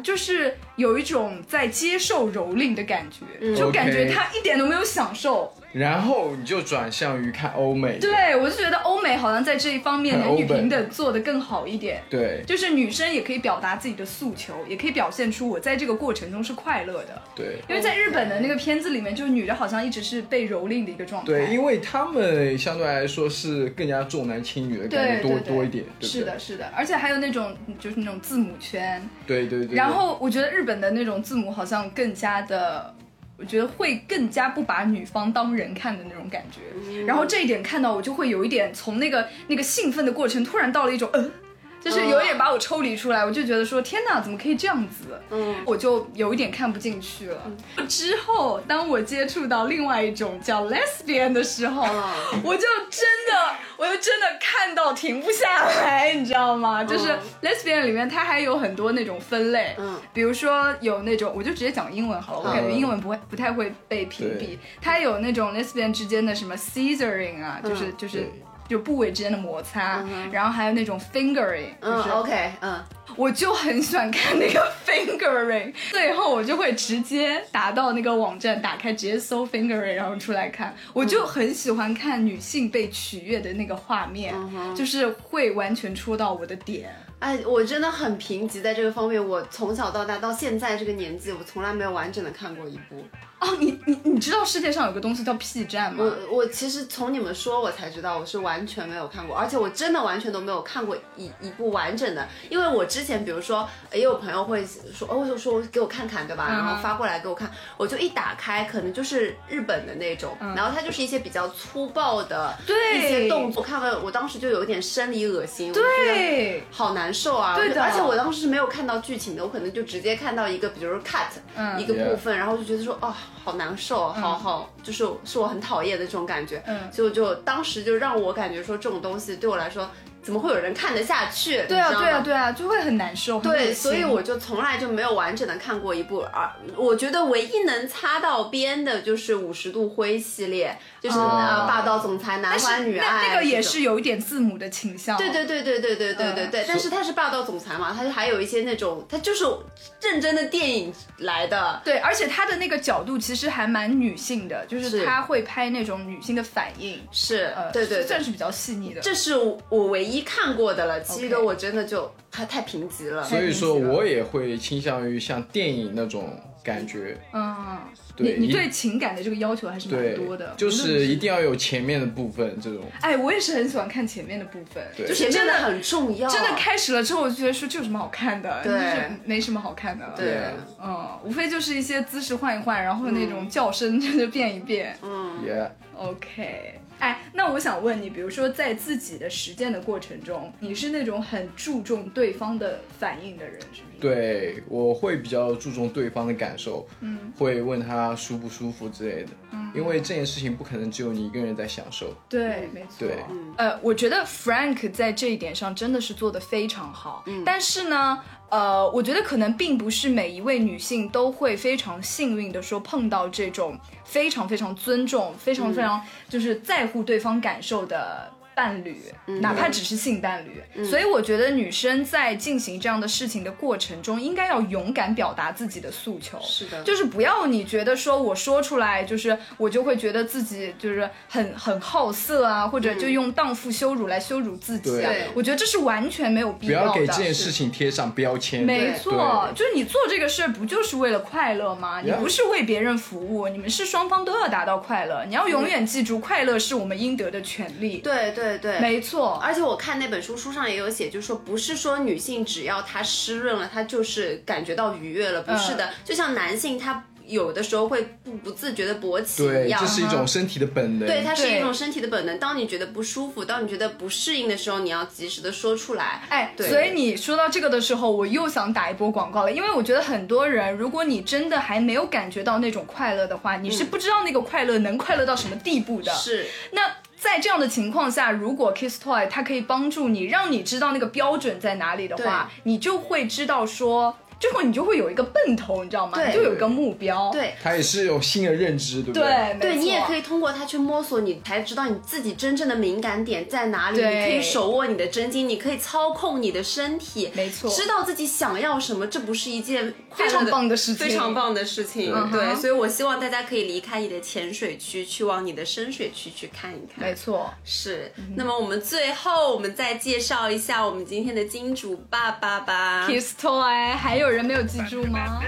就是有一种在接受蹂躏的感觉，就感觉
OK
他一点都没有享受。
然后你就转向于看欧美。
对我就觉得欧美好像在这一方面
很
男女
欧本
平等做得更好一点。
对
就是女生也可以表达自己的诉求，也可以表现出我在这个过程中是快乐的。
对
因为在日本的那个片子里面，就是女的好像一直是被蹂躏的一个状态。
对，因为他们相对来说是更加重男轻女的感
对
觉多
对对
多一点，对不对？
是的，，是的，而且还有那种就是那种字母圈，
对对对。
然后我觉得日本的那种字母好像更加的我觉得会更加不把女方当人看的那种感觉。然后这一点看到我就会有一点从那个那个兴奋的过程，突然到了一种嗯。就是有一点把我抽离出来，我就觉得说天哪，怎么可以这样子？嗯，我就有一点看不进去了。 之后，当我接触到另外一种叫 lesbian 的时候，
嗯
我就真的， 我就真的看到停不下来，你知道
嗯
吗？就是 lesbian 里面它还有很多那种分类，
嗯，
比如说有那种，我就直接讲英文好了，我感觉
嗯
英文不会不太会被屏蔽
对。
它有那种 lesbian 之间的什么 scissoring 啊，就是就是
嗯对。嗯
就部位之间的摩擦，然后还有那种 fingering，就
嗯
哦
是
，OK，嗯，
我就很喜欢看那个 fingering，最后我就会直接打到那个网站，打开直接搜 fingering，然后出来看。我就很喜欢看女性被取悦的那个画面，
嗯
就是会完全戳到我的点。
哎，我真的很贫瘠，在这个方面，我从小到大到现在这个年纪，我从来没有完整的看过一部。
哦，你你你知道世界上有个东西叫 P 站吗？
我我其实从你们说，我才知道我是完全没有看过，而且我真的完全都没有看过一一部完整的，因为我之前比如说也有朋友会说，哦，就说给我看看，对吧？然
嗯
后发过来给我看，我就一打开，可能就是日本的那种，然后它就是一些比较粗暴的
嗯对
一些动作，看了我当时就有一点生理恶心，我就觉得
对，
好难受啊！
对的
而且我当时是没有看到剧情的，我可能就直接看到一个，比如说 cut、
嗯
一个
Yeah
部分，然后就觉得说，哦，好难受，好好，就是是我很讨厌的这种感觉。
嗯
所以我就当时就让我感觉说，这种东西对我来说，怎么会有人看得下去？
对啊，
你知道吗
对啊，对啊，就会很难受。很恶
对，
心
所以我就从来就没有完整的看过一部，而我觉得唯一能擦到边的就是《五十度灰》系列，就是、呃霸道总裁、男
哦但是
欢女
那
爱啊
那个也
这种
是有一点字母的倾向。
对对对对对对对对
嗯
对，但是他是霸道总裁嘛，他还有一些那种，他就是认真的电影来的。
对，而且她的那个角度其实还蛮女性的，就是
是
她会拍那种女性的反应，
是
呃，，
对对
算
对，
是比较细腻的。
这是我唯一看过的了，其余的
OK
我真的就太太贫瘠了。
所以
太
说
明显了
我也会倾向于像电影那种感觉，
嗯，你
对
你
一
对情感的这个要求还是蛮
对
多的，，
就
无论
是一定要有前面的部分这种。
哎，我也是很喜欢看前面的部分，
对
就是
前面
真
的
的
很重要，
真的开始了之后，我就觉得说这有什么好看的，
对
就是没什么好看的了。
对
啊
嗯，无非就是一些姿势换一换，然后那
嗯
种叫声就变一变。
也
OK，哎，那我想问你，比如说在自己的实践的过程中，你是那种很注重对方的反应的人，是不是？
对，我会比较注重对方的感受，嗯，会问他舒不舒服之类的，嗯，因为这件事情不可能只有你一个人在享受，
对，没错。
对
呃，我觉得 Frank 在这一点上真的是做得非常好，但是呢，呃，我觉得可能并不是每一位女性都会非常幸运的说碰到这种非常非常尊重、非常非常就是在乎对方感受的。伴侣，
嗯
哪怕只是性伴侣，所以我觉得女生在进行这样的事情的过程中，应该要勇敢表达自己的诉求。
是的，
就是不要你觉得说我说出来，就是我就会觉得自己就是很很好色啊，或
嗯
者就用荡妇羞辱来羞辱自己啊
对。
我觉得这是完全没有必
不要
的。
给这件事情贴上标签，
没错，
对
就是你做这个事儿不就是为了快乐吗？你
Yeah
不是为别人服务，你们是双方都要达到快乐。你要永远记住，快乐是我们应得的权利。，
对对对，
没错。
而且我看那本书，书上也有写，就是说不是说女性只要她湿润了，她就是感觉到愉悦了，不是的。
嗯
就像男性，他有的时候会不不自觉的勃起一
对，
样，
这是一种身体的本能，
对，它是
嗯对
一种身体的本能。当你觉得不舒服，当你觉得不适应的时候，你要及时的说出来。
哎，
对
所以你说到这个的时候，我又想打一波广告了，因为我觉得很多人，如果你真的还没有感觉到那种快乐的话，你是不知道那个快乐能快乐到什么地步的。
是，
那。在这样的情况下，如果 Kiss Toy 它可以帮助你，让你知道那个标准在哪里的话，你就会知道说，最后你就会有一个奔头，你知道吗？
对
你就有一个目标。
对。
它也是有新的认知，对不
对，
对你也可
以。
以通过它去摸索，你才知道你自己真正的敏感点在哪里。
对
你可以手握你的真经，你可以操控你的身体，
没错
知道自己想要什么，这不是一件快
非
乐
常棒的事情
非常棒的事情。
嗯
对，
哼
所以我希望大家可以离开你的浅水区，去往你的深水区去看一看。
没嗯错，
是。那么我们最后，我们再介绍一下我们今天的金主爸爸吧。
Kiss Toy，还有人没有记住吗？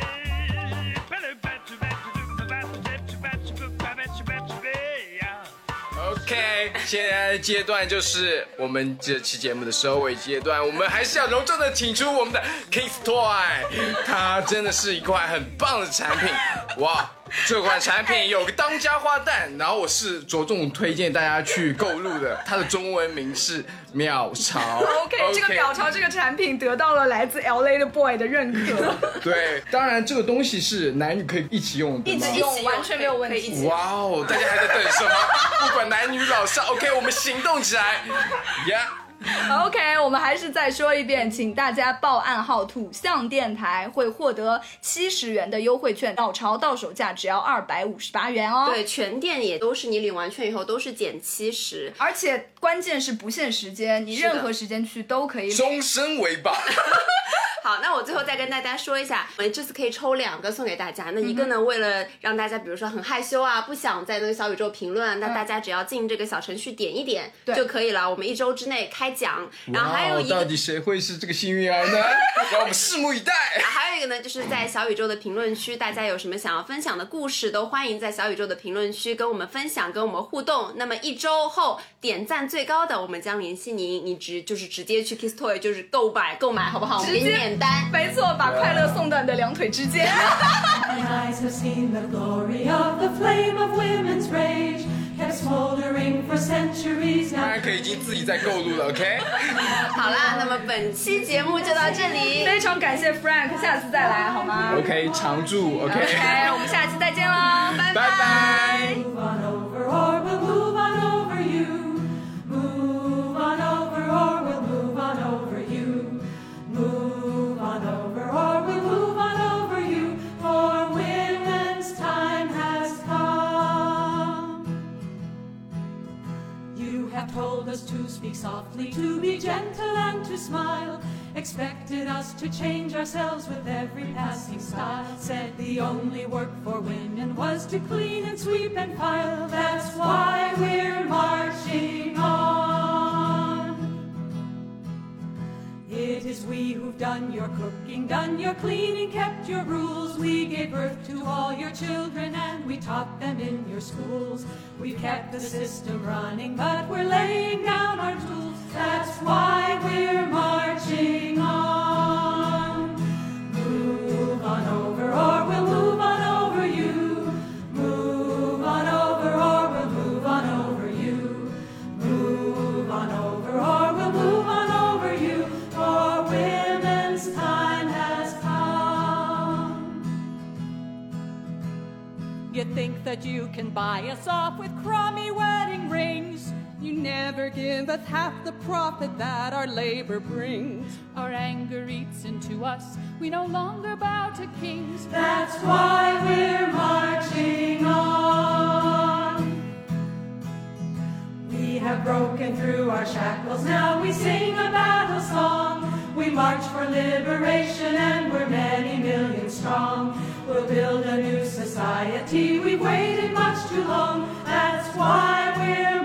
OK，现在阶段就是我们这期节目的收尾阶段，我们还是要隆重的请出我们的 Kiss Toy，它真的是一块很棒的产品，哇！这款产品有个当家花旦，然后我是着重推荐大家去购入的，它的中文名是秒潮。
OK，这个表潮这个产品得到了来自 LA 的 boy 的认可，
对，当然这个东西是男女可以一起用 的，
一
吗？
直用完全没有问题。
哇哦，大家还在等什 么？不管男女老少，OK，我们行动起来呀
OK，我们还是再说一遍，请大家报暗号“土象电台”，会获得七十元的优惠券，鸟巢到手价只要二百五十八元哦。。
对，全店也都是你领完券以后都是减七十。
而且关键是不限时间，你
是的
任何时间去都可以领。
终身为宝。
好，那我最后再跟大家说一下，我们这次可以抽两个送给大家。那一个呢，为了让大家比如说很害羞啊，不想在那个小宇宙评论啊，那大家只要进这个小程序点一点
对
就可以了。我们一周之内开奖，然后还有一
哦到
个
底谁会是这个幸运儿呢？让我们拭目以待。
还有一个呢，就是在小宇宙的评论区，大家有什么想要分享的故事，都欢迎在小宇宙的评论区跟我们分享，跟我们互动。那么一周后点赞最高的，我们将联系您，你直就是直接去 Kiss Toy 就是购买购买好不好？我们给你
直接
免单。
没错，把快乐送到你的两腿之间。
My eyes have seen the glory of the flame of women's rage, kept smoldering for centuries
当
now.
然可以已经自己在购入了，OK？
好啦，那么本期节目就到这 里，
非常感谢 Frank，下次再来好吗哎
OK，常驻 OK，
OK，我们下期再见喽，拜
拜拜。
Move on over, or we'll move on over you. Move on over, or we'll move on over you. Move on over, or we'll move on over you. For women's time has come. You have told us to speak softly, to be gentle and to smile. Expected us to change ourselves with every passing style. Said the only work for women was to clean and sweep and file. That's why we're marching on. It is we who've done your cooking, done your cleaning, kept your rules. We gave birth to all your children and we taught them in your schools. We've kept the system running, but we're laying down our tools. That's why we're marching on. Move on over, or we'll move on over you. Move on over, or we'll move on over you. Move on over, or we'll move on over you. For women's time has come. You think that you can buy us off with crummy wedding rings. You never give us half the profit that our labor brings.
Our anger eats into us. We no longer bow to kings.
That's why we're marching on. We have broken through our shackles, now we sing a battle song. We march for liberation and we're many million strong. We'll build a new society, we've waited much too long. That's why we're